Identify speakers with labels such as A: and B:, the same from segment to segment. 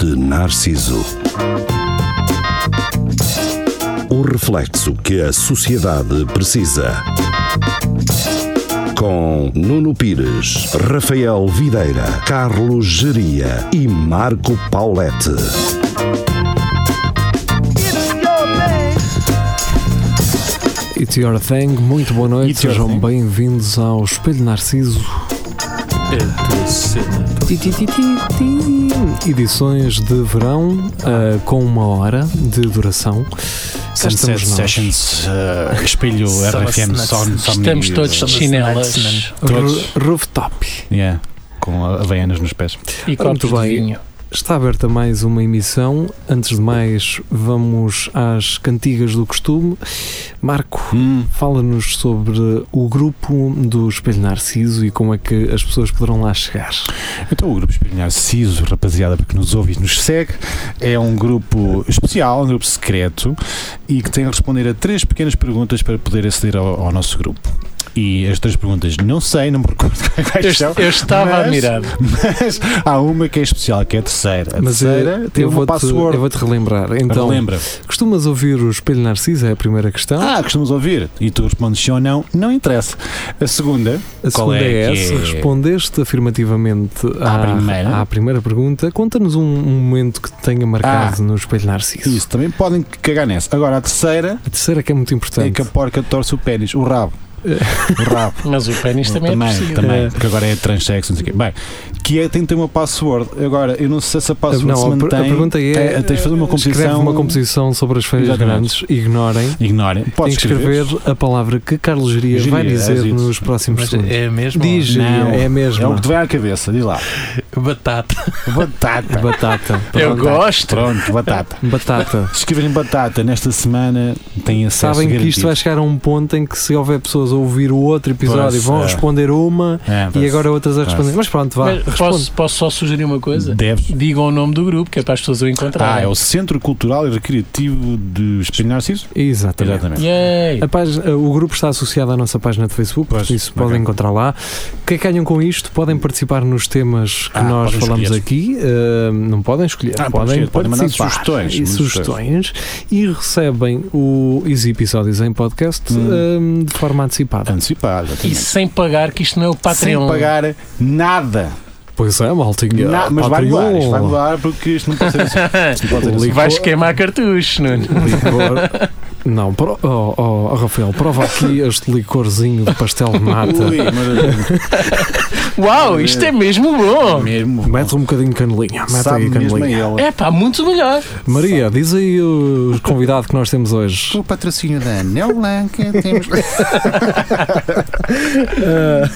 A: de Narciso. O reflexo que a sociedade precisa. Com Nuno Pires, Rafael Videira, Carlos Geria e Marco Paulette.
B: It's Your Thing, muito boa noite,
C: It's your
B: sejam
C: thing.
B: bem-vindos ao Espelho Narciso, Ti, ti, ti, ti, ti. edições de verão ah, com uma hora de duração. Cá
C: Sunset
B: estamos nós.
C: Sessions, uh, espelho
D: Summer
C: RFM,
D: Sessions.
C: Som- Somni-
D: Estamos todos de
C: Summer-
D: chinelas
C: todos.
B: Ru- Rooftop.
C: Yeah, com a- havaianas nos pés.
D: e copos
B: Muito
D: de
B: bem.
D: vinho.
B: Está aberta mais uma emissão. Antes de mais, vamos às cantigas do costume. Marco, fala-nos sobre o grupo do Espelho Narciso e como é que as pessoas poderão lá chegar.
C: Então, o grupo Espelho Narciso, rapaziada, para que nos ouve e nos segue, é um grupo especial, um grupo secreto e que tem a responder a três pequenas perguntas para poder aceder ao, ao nosso grupo. E as três perguntas não sei, não me recordo
D: Eu,
C: quais são,
D: eu estava
C: mas-
D: admirado.
C: mas há uma que é especial, que é a terceira. A
B: Mas eh,
C: terceira tem
B: eu
C: uma
B: vou-te
C: password.
B: eu vou-te relembrar. Então,
C: Relembra.
B: costumas ouvir o Espelho Narciso? É a primeira questão.
C: Ah, costumas ouvir. E tu respondes sim ou não, não interessa. A segunda,
B: A
C: Qual
B: segunda
C: é
B: é,
C: que
B: essa.
C: é?
B: Respondeste afirmativamente à,
C: À primeira.
B: à primeira pergunta. Conta-nos um, um momento que te tenha marcado no Espelho Narciso.
C: Ah. isso, também podem cagar nessa. Agora, a terceira
B: A terceira que é muito
C: é que
B: importante.
C: a porca torce o pênis, o rabo. O rabo.
D: Mas o pênis também, é
C: também,
D: possível.
C: também, porque agora é transexo, não sei o quê. Bem, que é, tem que ter uma password. Agora, eu não sei se a
B: A-
C: password
B: não,
C: se
B: a, per-
C: mantém.
B: a pergunta é:
C: Tem- tens de fazer uma
B: escreve
C: composição.
B: uma composição sobre as feiras
C: Exatamente.
B: grandes, ignorem.
C: Ignorem.
B: Tem
C: Podes É
B: que escrever a palavra que Carlos Geria
C: Geria,
B: vai dizer
C: és isso.
B: nos próximos
D: Mas
B: segundos.
D: é mesmo?
B: Diz, Geria,
C: Não.
B: é a
C: É o
B: mesma.
C: que te vem à cabeça, diz lá.
D: Batata.
C: Batata.
B: Batata.
D: Eu
B: Pronto.
D: gosto.
C: Pronto, batata.
B: Batata.
C: Se escreverem batata nesta semana, têm acesso
B: Sabem que isto
C: garantido.
B: vai chegar a um ponto em que, se houver pessoas a ouvir o outro episódio,
C: Pois,
B: vão
C: é.
B: responder uma
C: É,
B: E
C: pois.
B: agora outras a responder. Mas pronto, vá.
D: Mas
B: responde.
D: posso, posso só sugerir uma coisa?
C: Deves.
D: Digam o nome do grupo, que é para as pessoas o encontrarem.
C: Ah, é o Centro Cultural e Recreativo de Espelho Narciso?
B: Exatamente.
C: Exatamente.
D: Yay!
B: A página- eh, o grupo está associado à nossa página de Facebook,
C: Pois,
B: por isso
C: ok.
B: podem encontrar lá. Que calham com isto, podem participar nos temas que
C: Ah,
B: nós
C: podem
B: falamos
C: escolher.
B: aqui. Ah, não podem escolher,
C: Ah, podem
B: podem,
C: escolher, podem mandar
B: participar.
C: sugestões,
B: E,
C: muitas
B: sugestões. e recebem o, os episódios em podcast ah,
C: Hum.
B: de forma antecipada.
C: Antecipado.
D: E
C: exatamente.
D: sem pagar, que isto não é o Patreon.
C: Sem pagar nada.
B: Pois é, maltinha.
C: Na- mas vai
B: Patreon.
C: mudar, isto vai mudar porque isto não pode ser assim. Isto não pode ser assim.
B: Liga.
D: Vais queimar cartucho, Nuno.
B: Licor- Não, pro... oh, oh, oh, Rafael, prova aqui este licorzinho de pastel de nata.
C: Ui, mas
D: Uau, isto é mesmo bom!
C: mesmo.
B: Mete um bocadinho de canelinha. Mete
C: Sabe
B: aí
C: mesmo a
B: canelinha.
C: ele.
D: É pá, muito melhor.
B: Maria, diz aí o convidado que nós temos hoje.
C: o patrocínio da Anel Blanca temos.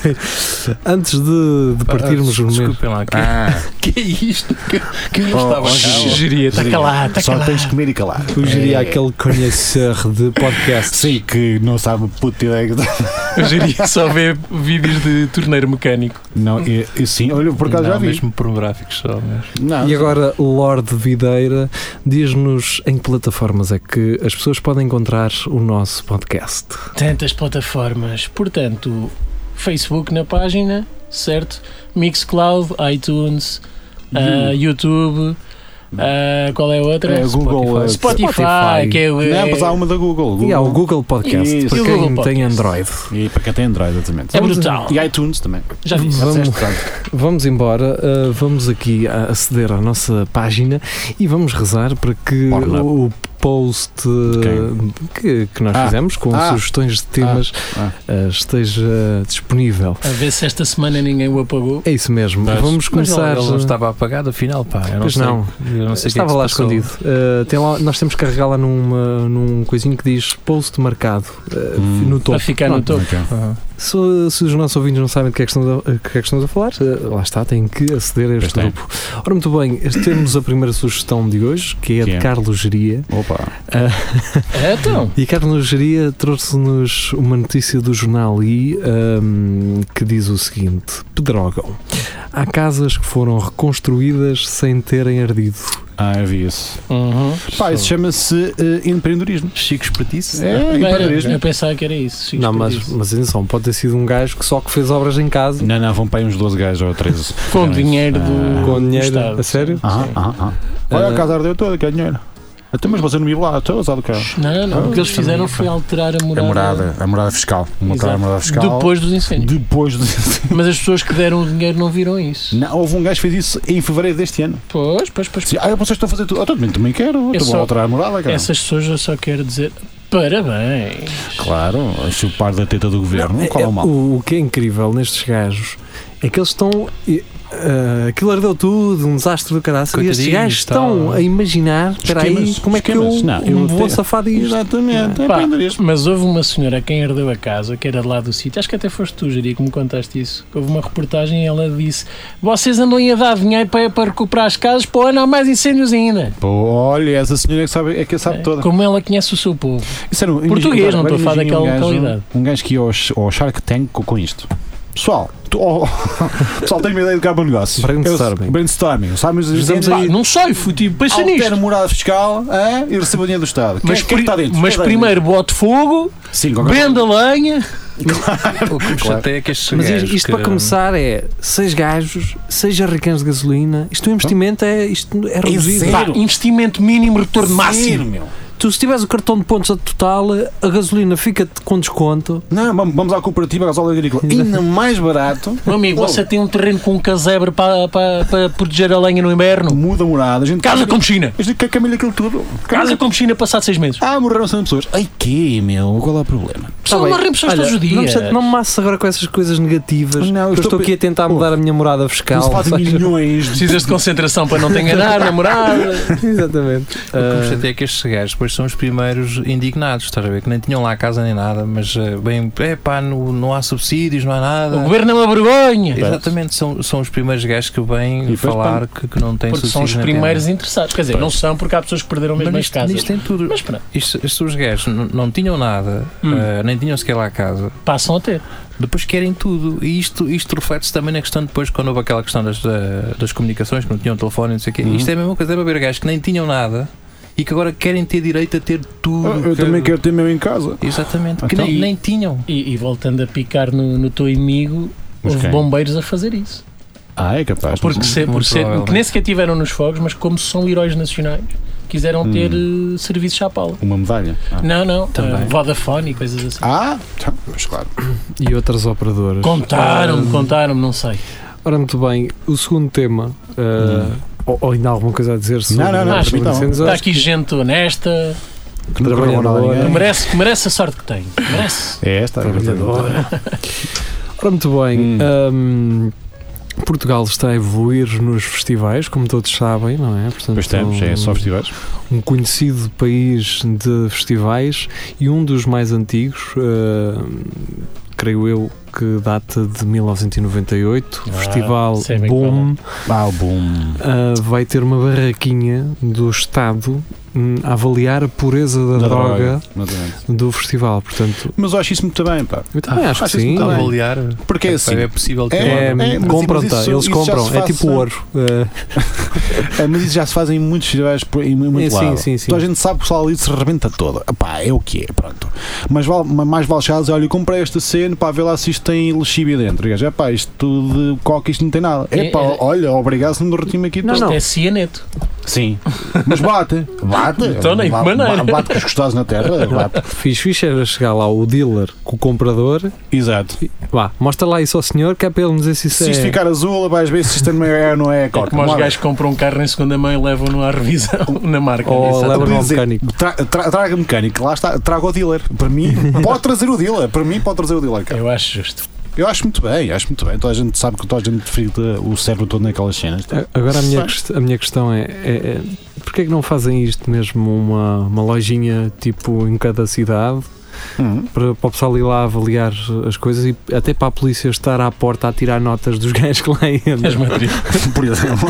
B: Antes de, de partirmos o momento.
D: Desculpem lá, que,
C: Ah,
D: que é isto? Que, que é isto?
C: Oh,
D: Estava
C: oh,
D: cá,
C: Geria.
D: Geria, está
C: Geria.
D: tá calado, está
C: só
D: calado.
C: tens de comer e calar.
B: Eu diria
C: É.
B: aquele conhecer de podcast.
C: Sei que não sabe puta ideia que tá-
D: Eu diria só ver vídeos de torneiro mecânico.
C: Não, eu, eu sim, olha, por acaso
D: Não,
C: já vi.
D: mesmo pornográficos só. Mas...
C: Não,
B: E agora, Lorde Videira, diz-nos em que plataformas é que as pessoas podem encontrar o nosso podcast.
D: Tantas plataformas. Portanto, Facebook na página, certo? Mixcloud, iTunes,
C: Hum.
D: ah, YouTube. ah, qual é a outra?
C: É, Google,
D: Spotify,
B: Spotify.
D: que é o.
C: Não, mas há um- uma da Google.
B: E há o Google Podcast,
C: Isso.
B: para
D: E o
B: quem
D: Google
B: tem
D: Podcast.
B: Android.
C: E para quem tem Android, exatamente.
D: É brutal.
C: E iTunes também.
D: Já disse.
B: Vamos-
C: Disseste, pronto.
B: Vamos embora, uh, vamos aqui a- aceder à nossa página e vamos rezar para que
C: Pornhub.
B: o post uh, que, que nós
C: Ah.
B: fizemos com
C: Ah.
B: sugestões de temas
C: Ah.
B: uh, esteja disponível.
D: A ver se esta semana ninguém o apagou.
B: É isso mesmo,
C: Mas-
B: vamos
E: Mas não,
B: começar.
E: ele não
B: uh,
E: estava apagado, afinal, pá. Eu não
B: Pois
E: sei,
B: não.
E: Eu não sei o que é
B: Estava
E: que se
B: lá
E: passou.
B: escondido. Uh, tem lá- nós temos que carregar lá numa, num coisinho que diz post marcado uh,
C: Hum.
B: no topo.
D: Para ficar no
B: Pronto.
D: topo.
C: Ok.
E: Aham.
B: Se, se os nossos ouvintes não sabem de que é que estamos a, de que é que estamos a falar, eh, lá está, têm que aceder a este
C: Pois tem.
B: grupo. Ora, muito bem, temos a primeira sugestão de hoje, que é a
C: Que
B: de
C: é?
B: Carlos Geria.
C: Opa.
D: É, Então,
B: E Carlos Geria trouxe-nos uma notícia do jornal I ahm, que diz o seguinte: Pedrogam. Há casas que foram reconstruídas sem terem ardido.
C: Ah, eu vi isso.
D: Uhum.
C: Pá, isso chama-se eh, empreendedorismo.
E: Chico Espertice.
C: É,
D: Era,
C: empreendedorismo.
D: eu pensava que era isso. Chico
B: Não, mas,
D: Espertice.
B: mas atenção, pode ter sido um gajo que só que fez obras em casa.
C: Não, não, vão para aí uns 12 gajos ou 13.
D: Com dinheiro
C: Ah.
D: do,
B: Com
D: do
B: dinheiro,
D: Estado.
B: a sério?
C: Ah,
D: Sim. Eh,
C: ah, ah. Olha,
B: Ah.
C: a casa ardeu toda, que é dinheiro. Até mas você não ia lá, estou usado o é? carro.
D: Não, não. o que eles fizeram foi alterar a
C: Ah, A
D: morada,
C: morada, a morada fiscal. Montar a
D: Exato.
C: morada fiscal. Uhum.
D: depois dos incêndios.
C: Depois do.
D: Mas as pessoas que deram o dinheiro não viram isso.
C: Não, houve um gajo que fez isso em fevereiro deste ano.
D: Pois, pois, pois.
C: Dizia, ah, vocês estão a fazer tudo. Ah, também, também quero.
D: É
C: Estou
D: só-
C: a alterar a morada, cara.
D: Essas pessoas eu só quero dizer parabéns.
C: Claro, a chupar da teta do governo.
B: É,
C: qual é o mal?
B: o, o que é incrível nestes gajos é que eles estão. e, ah, aquilo ardeu tudo, um desastre do cadastro. E estes
E: Coitadinhos,
B: gajos estão
E: tal.
B: a imaginar: espera aí,
C: Esquemas,
B: como é que eu,
C: esquemas. Não, eu
B: me vou
C: até-
B: safar disto?
C: Exatamente, é
D: Pá,
C: empreendedorismo.
D: mas houve uma senhora a quem herdeu a casa, que era de lá do sítio, acho que até foste tu, Jari, que me contaste isso. Houve uma reportagem e ela disse: Vocês andam a dar dinheiro para, para recuperar as casas, para o ano há mais incêndios ainda.
C: Pô, olha, essa senhora é que sabe, é que a sabe
D: É,
C: toda.
D: Como ela conhece o seu povo.
C: Isso era um-
D: Português,
C: agora-
D: não estou a falar
C: agora imagina
D: daquela
C: um gajo-
D: localidade.
C: Um gajo que ia ao, sh- ao Shark Tank com, com isto. Pessoal, tu, oh, pessoal, tenho uma ideia de cabo negócio.
B: Brainstorming.
C: Eu- brainstorming. Sabemos
B: Precisamos
D: Pá,
B: aí-
D: não sei, fui tipo, pensa
C: Altera
D: nisto.
C: a morada fiscal hã? e receba o dinheiro do Estado. Quem
D: Mas,
C: é que
D: pri-
C: está dentro?
D: mas
C: Quem é que está
D: primeiro bote fogo,
C: dentro? Sim, qualquer-
D: prenda lenha.
E: O que me chateia é que estes
B: Mas
E: gajos
B: isto, isto
E: que-
B: para começar é seis gajos, seis arrecãs de gasolina. Isto o investimento é, isto é reduzido.
D: Pá, investimento mínimo, retorno
C: Zero,
D: máximo.
C: meu.
B: Tu, se tiveres o cartão de pontos a total, a gasolina fica-te com desconto.
C: Não, vamos vamos à cooperativa gasóleo agrícola. Ainda mais barato.
D: Meu amigo,
C: Logo,
D: você tem um terreno com um casebre para, para, para proteger a lenha no inverno?
C: muda a morada. A gente
D: Casa com piscina!
C: A gente quer caminho aquilo tudo.
D: Casa com piscina passado seis meses.
C: Ah, morreram 100 pessoas. Ai que, meu? Qual é o problema?
D: Só
B: Tá bem.
D: morrem pessoas
B: Olha,
D: todos os
B: Não me,
D: dias.
B: chate- não me masses agora com essas coisas negativas.
C: Não, eu
B: eu
C: estou
B: estou,
C: pe-
B: aqui a tentar mudar a minha morada
C: Não se
B: fiscal.
C: faz
B: sabes?
C: milhões de
D: Precisas de concentração para não te enganar, namorada.
B: Exatamente.
E: O que me
B: Ah,
E: chateia é que estes gajos depois são os primeiros indignados, estás a ver? Que nem tinham lá casa nem nada, mas eh, bem, é pá, no- não há subsídios, não há nada.
D: O governo é uma vergonha.
E: Ah. Exatamente, são, são os primeiros gajos que vêm
C: depois,
E: falar que, que não têm
D: Porque são os
E: subsídios na
D: primeiros
E: tenda.
D: interessados. Quer dizer, não são porque há pessoas que perderam mesmo
E: Mas
D: as
E: nisto,
D: casas.
E: nisto tem tudo.
D: Mas pronto,
E: Isto, estes os gajos n- não tinham nada,
D: Hum.
E: eh, nem tinham sequer lá a casa,
D: passam a ter.
E: depois querem tudo. E isto, isto reflete-se também na questão depois, quando houve aquela questão das, da- das comunicações, que não tinham telefone, não sei o quê.
C: Uhum.
E: Isto é a mesma coisa, deve haver gajos que nem tinham nada e que agora querem ter direito a ter tudo.
C: Ah, eu
E: que-
C: também quero ter meu em casa.
E: Exatamente, que
C: Então-
E: nem, nem tinham.
D: E, e voltando a picar no, no teu inimigo,
C: Mas
D: houve
C: quem?
D: bombeiros a fazer isso.
C: Ah, é capaz.
D: Porque, se,
E: muito
D: por ser,
E: provavelmente.
D: que nem sequer tiveram nos fogos, mas como são heróis nacionais, quiseram ter eh, serviços à pala.
C: Uma medalha.
D: Não, não.
E: Também.
D: eh, Vodafone e coisas assim.
C: Ah, tá, mas claro.
B: e outras operadoras.
D: Contaram-me,
B: Ah,
D: contaram-me, não sei.
B: Ora, muito bem, o segundo tema. ah,
D: Hum.
B: ou, ou ainda há alguma coisa a dizer sobre
C: Não, não, não,
B: a
D: acho que
C: não.
B: incêndios?
D: Está aqui gente honesta,
C: Que nunca roubou nada a
B: Trabalhadora.
D: que
C: ninguém.
D: merece, que merece a sorte que tem. Merece.
C: É esta. é
B: Trabalhadora.
C: esta.
B: Ora, muito bem.
C: Hum.
B: ahm, Portugal está a evoluir nos festivais, como todos sabem, não é? Portanto,
C: Pois temos, é só festivais.
B: um conhecido país de festivais e um dos mais antigos, ah, creio eu, que data de 1998. o
D: Ah,
B: Festival
D: sei bem qual é.
B: Boom
C: Ah, bom.
B: ah, vai ter uma barraquinha do Estado hum, a avaliar a pureza da, droga,
C: Exatamente.
B: do festival. Portanto,
C: Mas eu acho isso muito bem, pá.
B: eu tá, também acho que
C: acho isso
B: sim.
C: muito bem.
E: Avaliar
C: Porque é assim.
E: é possível ter.
B: É,
C: É, mas-
B: compram
C: mas isso-
B: eles
C: isso já
B: compram,
C: se
B: é
C: faz,
B: tipo
C: eh,
B: ouro. Ah,
C: É, mas isso já se faz em muitos festivais por- em muito
B: É, sim,
C: lado.
B: sim, sim.
C: Então a gente sabe que o pessoal ali se rebenta toda. Pá, é o que é, pronto. Mas vale, ma- mais vale chegar a dizer, olha, eu comprei esta cena, pá, vê lá se isto tem lexíbia dentro. E o gajo, é pá, isto tudo de coca, isto não tem nada. É
D: É,
C: pá,
D: é.
C: olha, obrigado se me derreti-me aqui
B: Não,
C: todo.
D: Isto é cianeto.
C: Sim. Mas bate. Bate.
D: Então nem de
C: Ba-
D: maneira.
C: ba- Bate com os costados na terra. Bate.
B: fiz Ah, fixe era chegar lá o dealer com o comprador.
C: Exato.
B: Vá, mostra lá isso ao senhor que é para ele nos dizer se isso
C: Se
B: é.
C: isto ficar azul, vais ver se isto também é ou não é
D: É
C: coca.
D: como os
C: Bora.
D: gajos que compram um carro em segunda mão e levam-no à revisão na marca.
B: Ou
D: Exato.
B: Oh, leva-no ao
C: Dizer,
B: mecânico.
C: Tra- tra- traga mecânico, lá está, traga o dealer. Para mim, pode trazer o dealer. Para mim, pode trazer o dealer, cara.
D: Eu acho justo.
C: Eu acho muito bem, acho muito bem. Toda a gente sabe que toda a gente frita o cérebro todo naquelas cenas.
B: A- Agora a minha,
C: Sim.
B: quest- a minha questão é, é, é porque é que não fazem isto mesmo uma, uma lojinha tipo em cada cidade
C: Hum.
B: para, para o pessoal ir lá avaliar as coisas e até para a polícia estar à porta a tirar notas dos gajos que lá
D: As
B: entram.
D: matrículas.
C: Por exemplo.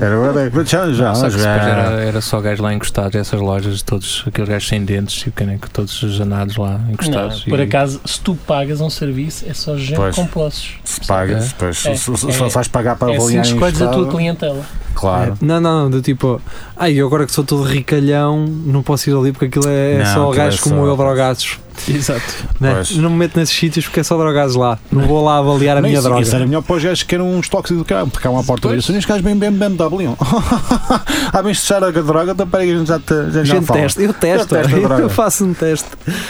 C: Era verdade. Já, já,
E: Só que depois era,
C: já.
E: era só gajos lá encostados, essas lojas, todos aqueles gajos sem dentes e o caneco, todos janados lá
D: Não,
E: encostados.
D: por
E: e-
D: acaso, se tu pagas um serviço, é só gente
C: Pois.
D: com posses.
C: Se pagas,
E: É.
C: depois
D: É,
C: só- só-
D: é.
C: só vais pagar para
D: É assim
C: avaliar
D: que
C: em
D: escolhes a tua
C: estado.
D: clientela.
C: Claro.
B: É. Não, não, do tipo, ai, eu agora que sou todo ricalhão, não posso ir ali porque aquilo é
C: Não,
B: só
C: aquilo
B: gajos
C: é
B: como
C: só-
B: eu, drogados.
E: Exato.
B: Né?
C: Pois.
B: Não me meto nesses sítios porque é só drogados lá. Não vou lá avaliar a
C: Não,
B: minha
C: isso,
B: droga.
C: isso era melhor para os gajos que eram uns tóxicos do caralho, porque há uma porta
E: Pois.
C: disso. E os gajos bem, bem, bem, W. Há bem se a droga, então peraí, a gente já te já, já
B: Gente,
C: fala.
B: teste, eu testo,
C: Eu testo a
B: eu,
C: droga.
B: faço um teste.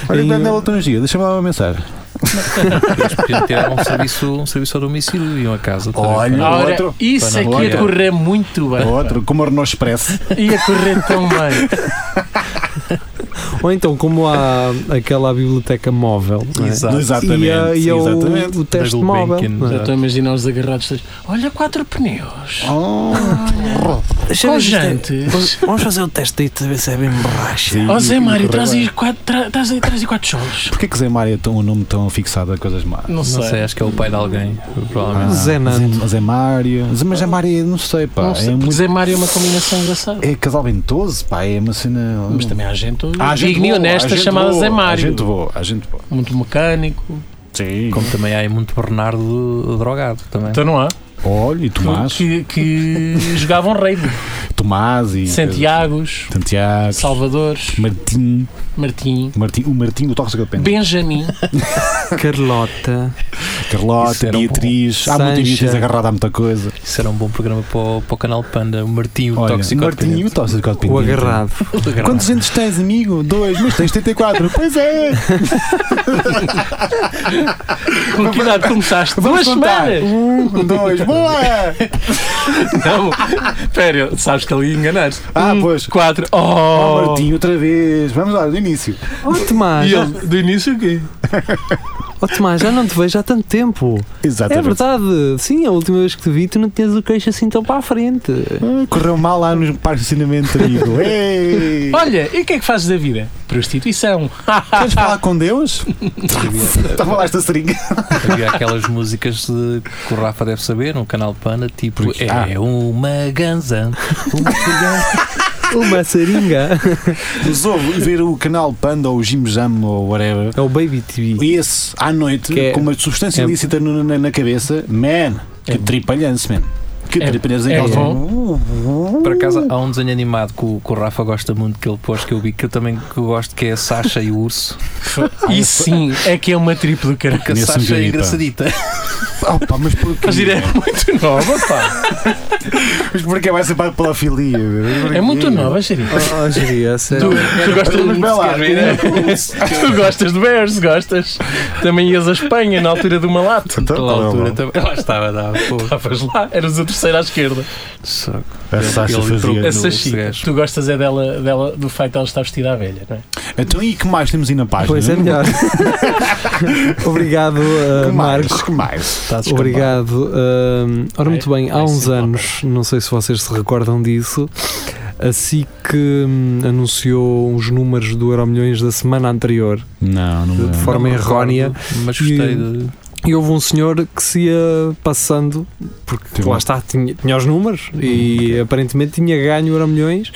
C: Olha,
B: Em-
C: ainda na outra energia, deixa-me lá uma mensagem.
E: Eles podiam ter um serviço, um serviço ao domicílio e iam a casa. tá a ver?
C: Olha.
E: Para-
D: Ora,
C: outro.
D: isso
E: Para
D: aqui
E: não
D: ia
E: olhar.
D: correr muito bem.
C: Outro, como a Renault Express.
D: Ia correr tão bem.
B: Ou então, como há aquela biblioteca móvel. não é?
E: Exato.
B: E, há- e há o-
C: exatamente.
B: o, teste
E: Da
B: móvel.
E: Gulbenkian.
B: não
D: Já
B: é?
D: estou a imaginar os agarrados. todos. Olha, quatro pneus.
C: Oh,
B: Deixa eu
D: Com
B: ver isto é-
D: gente.
B: Vamos fazer o teste aí para ver se é bem borracha.
C: sim,
D: Ó Oh, Zé Mário,
C: correu
D: traz
C: bem.
D: aí quatro, tra- traz aí, traz aí quatro solos.
C: Porquê que Zé Mário é tão, um nome tão fixado a coisas más?
D: Não
E: Não sei,
D: sei.
E: acho que é o pai de alguém,
C: Ah,
E: provavelmente.
B: Zé Nando.
C: Zé, Zé Mário. Zé, mas Zé Mário, não sei, pá.
D: Não sei,
C: é,
D: porque
C: muito,
D: Zé Mário é uma combinação engraçada.
C: é casal ventoso, pá. É uma cena.
D: Mas também há gente
C: Há gente
D: digna e
C: boa, há
D: honesta
C: gente
D: chamada
C: boa,
D: Zé
C: Há gente
D: Mário.
C: boa, há gente boa.
D: Muito mecânico.
C: Sim.
E: Como também há aí muito Bernardo drogado também.
D: Então não há.
C: Olha, e Tomás.
D: Que, que jogavam raid.
C: Tomás e.
D: Santiagos,
C: Santiago.
D: Salvadores,
C: Martim.
D: Martim,
C: Martim. O Martim, o tóxico apenas.
D: Benjamin.
B: Carlota.
E: Isso
C: Carlota,
E: era um
C: Beatriz. Há muita
B: Sancha.
C: Beatriz agarrada a muita coisa.
E: Isso era um bom programa para o, para o canal Panda, o Martinho
C: Olha,
E: Tóxico.
C: Martim e o tóxico
B: O agarrado.
C: Quantos anos tens, amigo? Dois, mas tens 34. pois é.
D: Com que idade começaste? Duas
C: contar.
D: semanas!
C: Um, dois, boa!
D: Não, Então, pera, sabes que ali enganaste.
C: Ah,
D: um,
C: pois.
D: Quatro.
C: Oh,
D: Oh!
C: Martim, Ah, outra vez. Vamos lá, do início.
B: Ó Tomás,
D: e
B: já,
D: ele, do início o quê?
B: ó, Tomás, já não te vejo há tanto tempo. É
C: Exatamente.
B: verdade. Sim, a última vez que te vi, tu não tinhas o queixo assim tão para a frente.
C: Ah, Correu mal lá no parque de estacionamento, amigo. Ei!
D: Olha, e o que é que fazes da vida? Prostituição.
C: Queres falar com Deus? Estava lá esta seringa.
E: Havia aquelas músicas de, que o Rafa deve saber, no canal Panda, tipo
C: Porque-
E: É
C: Ah.
E: uma ganza, uma ganza.
B: Uma saringa.
C: Resolvo ver o canal Panda ou o Jim Jam ou whatever.
B: É o Baby TV.
C: Esse, à noite,
B: Que é-
C: com uma substância
B: é-
C: ilícita no- na, na cabeça. Man, que
D: É-
C: tripalhanço, man. Que
D: É-
C: tripalhanço.
D: é
C: aqueles-
E: Por acaso há um desenho animado que o, que o Rafa gosta muito, que ele pôs, que eu vi, que eu também que eu gosto, que é a Sasha e o Urso.
C: Ah,
D: E sim, é que é uma triplo caralho.
E: Que a
C: Conheço-me
E: Sasha é
C: Violeta.
E: engraçadita.
C: Opa, mas porquê?
D: Mas é muito nova, pá.
C: Mas porquê vai ser para pela filia?
D: É muito nova, Xeri.
B: Oh, Jeria,
D: Tu, tu gostas
C: Mas
D: do
C: vai lá,
D: né? Tu gostas de Bears, gostas? Também ias à Espanha na altura do Malato.
C: Então,
E: Naquela
C: tá
E: altura
C: bom.
E: também. Lá estava, dava. pô.
D: Estavas lá, eras a terceira à esquerda.
E: Só
C: A Sasha
E: Ele entrou-
C: fazia.
E: Esse
D: Essa
E: esse
D: chica.
E: gajo.
D: Tu gostas é dela, dela, do facto de ela estar vestida à velha, não é?
C: Então, e que mais temos aí na página?
B: Pois é melhor. Obrigado,
C: Que
B: uh,
C: mais?
B: Marcos. tá
C: Que mais?
E: está a descambar.
B: Obrigado. Ahm, ora, muito bem, há
D: vai
B: uns
D: ser uma
B: anos, não sei se vocês se recordam disso, assim que hum, anunciou uns números do Euro Milhões da semana anterior,
C: Não, não
B: de
C: é.
B: forma
E: Não me
B: errónea,
E: recordo, Mas gostei de.
B: e houve um senhor que se ia passando, porque
C: Teve um-
B: lá está, tinha, tinha os números e aparentemente tinha ganho o Euro Milhões,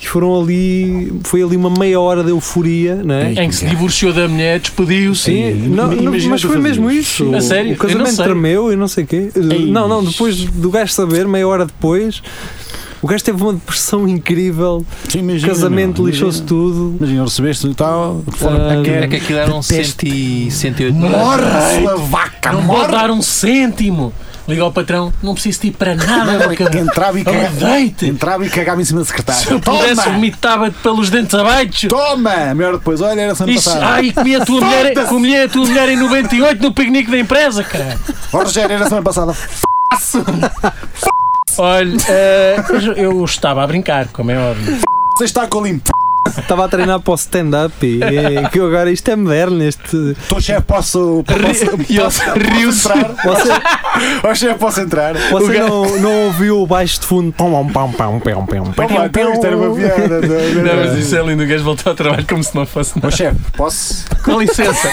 B: e foram ali, foi ali uma meia hora de euforia, não é?
D: Em que se divorciou da mulher, despediu-se.
B: Sim,
C: Ei,
B: não, não,
C: imagina
B: mas
C: tu
B: foi
C: fazer
B: mesmo
C: isso.
B: isso.
D: A sério? Eu
B: O casamento
D: não sei.
B: tremeu e não sei o quê.
C: Ei.
B: Não, não, depois do gajo saber, meia hora depois, o gajo teve uma depressão incrível.
C: Sim,
B: O
C: imagina,
B: casamento
C: não,
B: lixou-se
C: imagina.
B: tudo.
C: Imagina, recebeste e tal.
B: Ah,
C: aqui-
E: É que aquilo eram 108
C: Morre, sua vaca,
D: Não vou
C: morre!
D: dar um cêntimo. Liga ao patrão, não preciso de ir para nada, meu cabrão.
C: Entrava e cagava.
D: Aproveite!
C: Entrava e cagava em cima da secretária.
D: Se eu pudesse,
C: então, Toma!
D: vomitava-te pelos dentes abaixo.
C: Toma! Meia hora depois, olha, era semana
D: Isso,
C: passada.
D: ai, comi a tua mulher,
C: Foda-se.
D: comi a tua mulher em 98 no piquenique da empresa, cara.
C: Ó, Rogério, era semana passada.
D: Olha, eh, eu- eu estava a brincar, como é óbvio.
C: Você está com o limpo.
B: Estava a treinar para o stand-up e é, que eu agora isto é moderno. Este,
C: Tô chefe, posso. posso, posso, posso entrar?
B: você
C: Ó chefe, posso entrar?
B: você não, não ouviu o baixo de fundo? Pão, pão, pão, pão, pão, pão,
C: Vamos lá, então isto era uma piada. não, eh,
E: Não,
C: não,
E: mas
C: não.
E: isso é lindo. O gajo voltou ao trabalho como se não fosse nada.
C: Ó chefe, posso?
D: Com licença.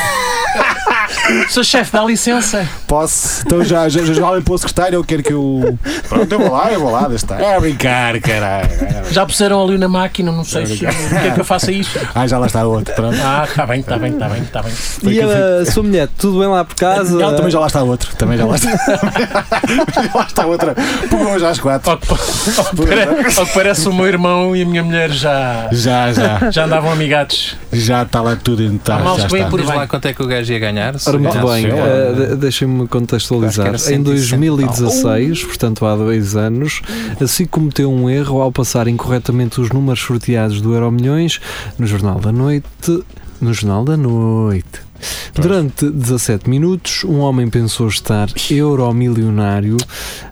D: Sou chefe, dá licença.
C: Posso? Então já, já, já olhem para o secretário, eu quero que eu. Pronto, eu vou lá, eu vou lá, desta. É a brincar, caralho.
D: Já puseram ali na máquina, não sei se o que é que eu faço a isto.
C: Ah, já lá está outro, pronto.
D: Ah, está bem, está bem, está bem, está bem.
B: E a sua mulher, tudo bem lá por casa?
C: Ela também já lá está outro, também já lá está. já lá está outra. Pô, hoje às quatro.
D: Ao que, pa- ao que pare- ao que parece o meu irmão e a minha mulher já,
C: Já, já,
D: já andavam amigados.
C: já está lá tudo em
D: Há males
C: já
D: que vêm
C: está.
D: por
E: Diz
D: bem.
E: lá quanto é que o gajo ia ganhar. é se
B: Ora, muito
E: ganhasse
B: bem,
E: o euro.
B: eh, de- deixem-me contextualizar.
E: Acho que era
B: Em
E: 160 e um. tal.
B: 2016, portanto há dois anos, assim cometeu um erro ao passar incorretamente os números sorteados do Euro Milhões no Jornal da Noite. No Jornal da Noite. Durante 17 minutos, um homem pensou estar euromilionário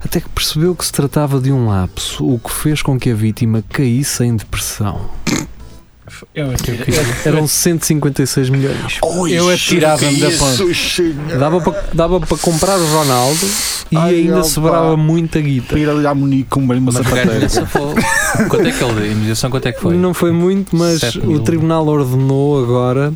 B: até que percebeu que se tratava de um lapso, o que fez com que a vítima caísse em depressão.
D: Eu,
B: Eram 156 milhões.
C: Oi,
D: Eu atirava-me da ponte.
C: isso, senhor.
B: Dava para dava para comprar o Ronaldo e
C: Ai,
B: ainda
C: opa.
B: sobrava muita
C: Para
B: guita.
C: ir ali à Munique com um banho de uma
E: Mas o gajo
C: sapateira.
E: ainda safou. Quanto é que ele deu? A Indenização quanto é que foi?
B: Não foi muito, mas
E: Sete
B: o
E: mil.
B: tribunal ordenou agora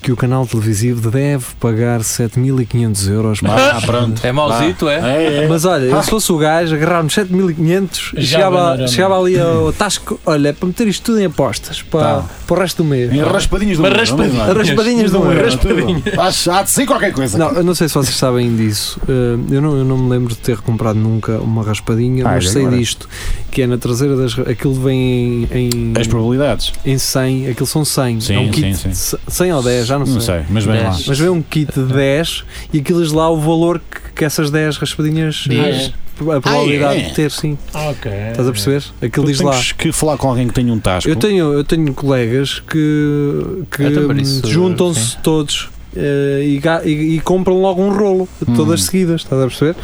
B: que o canal televisivo deve pagar 7.500 euros.
C: Ah, pronto.
E: É mauzito,
B: Ah.
E: é?
C: É, é.
B: Mas olha, eu se fosse o gajo, agarrava-me 7.500 e
D: Já
B: chegava,
D: abandonou.
B: chegava ali ao Tasco. Olha, é para meter isto tudo em apostas para,
C: Tá.
B: para o resto do mês.
C: Em raspadinhas do mundo.
D: raspadinhas.
B: Raspadinhas do mundo.
C: Raspadinhas. Há de ser qualquer coisa.
B: Não, eu não sei se vocês sabem disso. Eh, Eu não, eu não me lembro de ter comprado nunca uma raspadinha,
C: Ah,
B: mas
C: e
B: sei
C: agora?
B: disto. Que é na traseira das. ra- Aquilo vem em. em-
C: As probabilidades.
B: em 100, aquilo são 100,
C: Sim,
B: é um kit
C: sim,
B: de 100 ou 10, já não,
C: Não
B: sei.
C: sei, mas vem lá.
E: Dez.
B: Mas vem um kit de 10 e aquilo lá o valor que, que essas 10 raspadinhas eh,
D: Diz.
B: a probabilidade
C: Ah, é?
B: de ter, sim.
D: ok.
B: Estás a perceber?
C: Tu
B: Aquilo diz lá.
C: tens que falar com alguém que tenha um tasco.
B: Eu tenho, eu tenho colegas que, que
E: Eu também,
B: hum,
E: isso,
B: juntam-se todos eh, e, ga- e- e compram logo um rolo, todas seguidas, estás a perceber?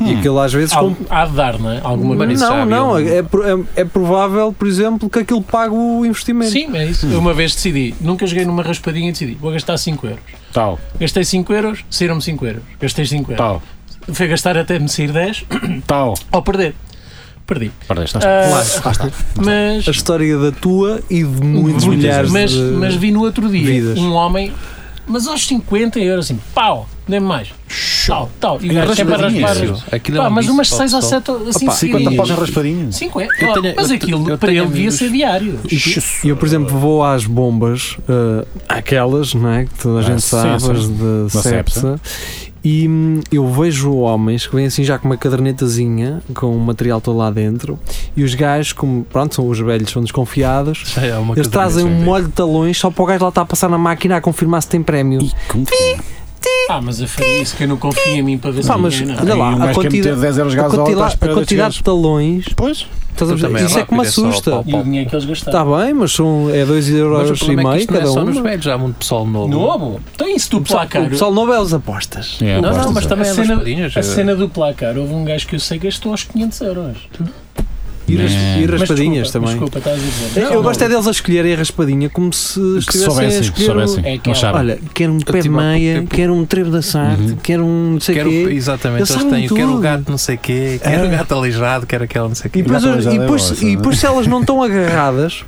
B: E
C: Hum.
B: aquilo às vezes
D: Há,
B: compra.
D: há de dar, não é? Alguma
E: Mas isso já
B: Não,
E: havia
B: não,
E: um-
B: é, pro- é- é provável, por exemplo, que aquilo pague o investimento.
D: Sim, é isso. Eu uma vez decidi, nunca joguei numa raspadinha e decidi, vou gastar 5 euros.
C: Tal,
D: Gastei 5 euros, saíram-me 5 euros. Gastei 5 euros.
C: tal,
D: Foi gastar até me sair 10
C: tal.
D: ou perder. Perdi.
C: Perdeste, lá
D: Ah,
C: está. Lá está.
D: Mas,
B: a história da tua e de muitos
C: muitas
B: milhares
D: mas,
B: de...
D: mas vi no outro dia
B: vidas.
D: um homem, mas aos 50 euros, assim, pau, nem mais. Tal, tal. E o gajo sempre a
C: raspadinha,
D: É raspar.
C: isso.
E: Aquilo é
D: Pá,
E: um
D: mas
E: bicho
D: umas
E: para o
D: 6 ou
E: pessoal.
D: 7 assim
C: Pá, 50 paus em
D: seguidinhas.
C: raspadinhas.
D: 50.
E: Eu tenho-
D: mas
E: eu
D: aquilo
E: tenho- eu
D: para
E: tenho
D: ele devia
E: amigos-
D: ser diário.
B: Eu, por exemplo, vou às bombas, eh, àquelas, não é? Que toda a
C: Ah,
B: gente
C: sim,
B: sabe,
C: sim.
B: as de
C: Da
B: sepsa, e hum, eu vejo homens que vêm assim já com uma cadernetazinha, com o material todo lá dentro, e os gajos, como, pronto, são os velhos, são desconfiados,
E: Já é uma
B: eles
E: coisa
B: trazem um
E: diferente.
B: molho de talões só para o gajo lá estar a passar na máquina a confirmar se tem prémio.
C: Ih, como que-
D: Ah, mas eu faria isso, que eu não confio em mim para ver se
B: Pá,
D: eu
B: mas
D: ganho, não.
B: olha
C: Aí
B: lá,
C: um
B: a
C: gajo quer meter
B: quantidade,
C: 10 euros
B: a
C: gás ao é outro à
B: quantidade, a
C: espera de
B: quantidade de
C: chegares.
B: talões,
C: Pois.
B: estás a
E: Eu
B: perceber?
E: também,
B: isso é que me
E: rápido, é só
B: assusta.
E: pau,
D: E o dinheiro que eles gastaram.
B: Está bem, mas são, é 2
E: Mas
B: euros
E: o
B: e
E: problema é que
B: meio
E: isto não é
B: cada
E: só
B: um.
E: nos velhos, há muito pessoal novo.
D: Novo? Tem Então isso do placar.
B: O pessoal novo é os apostas.
C: É,
D: Não,
C: aposto,
D: não, mas
C: sim.
E: também
D: também a
E: é
D: cena,
E: raspadinhas,
D: a
E: é.
D: cena do placar. Houve um gajo que eu sei que gastou aos 500 euros.
B: E, ras-
C: Não.
B: e
D: Mas
B: raspadinhas
D: desculpa,
B: também.
D: Desculpa, estás a dizer.
B: Eu
D: Não,
B: gosto
D: não.
B: é deles a escolherem a raspadinha como se
C: Que
B: estivessem a
C: soubessem,
B: escolher. um-
C: soubessem.
D: É que
C: Não
D: é-
C: sabem.
B: Olha, quero um pé
E: tive
B: de
E: há pouco
B: meia,
E: tempo-
B: quero um trevo da Sarte, quero um não sei
E: Quero,
B: quê. Eles
E: exatamente, eles
B: sabem
E: têm. Quero o
B: tudo.
E: gato não sei o quê, quero o gato aleijado, quero aquele não sei
B: É.
E: o
B: E
E: quê.
B: depois,
C: Exatamente,
B: e,
C: já dei
B: depois,
C: bolsa,
B: e
C: não é?
B: depois se elas não estão agarradas,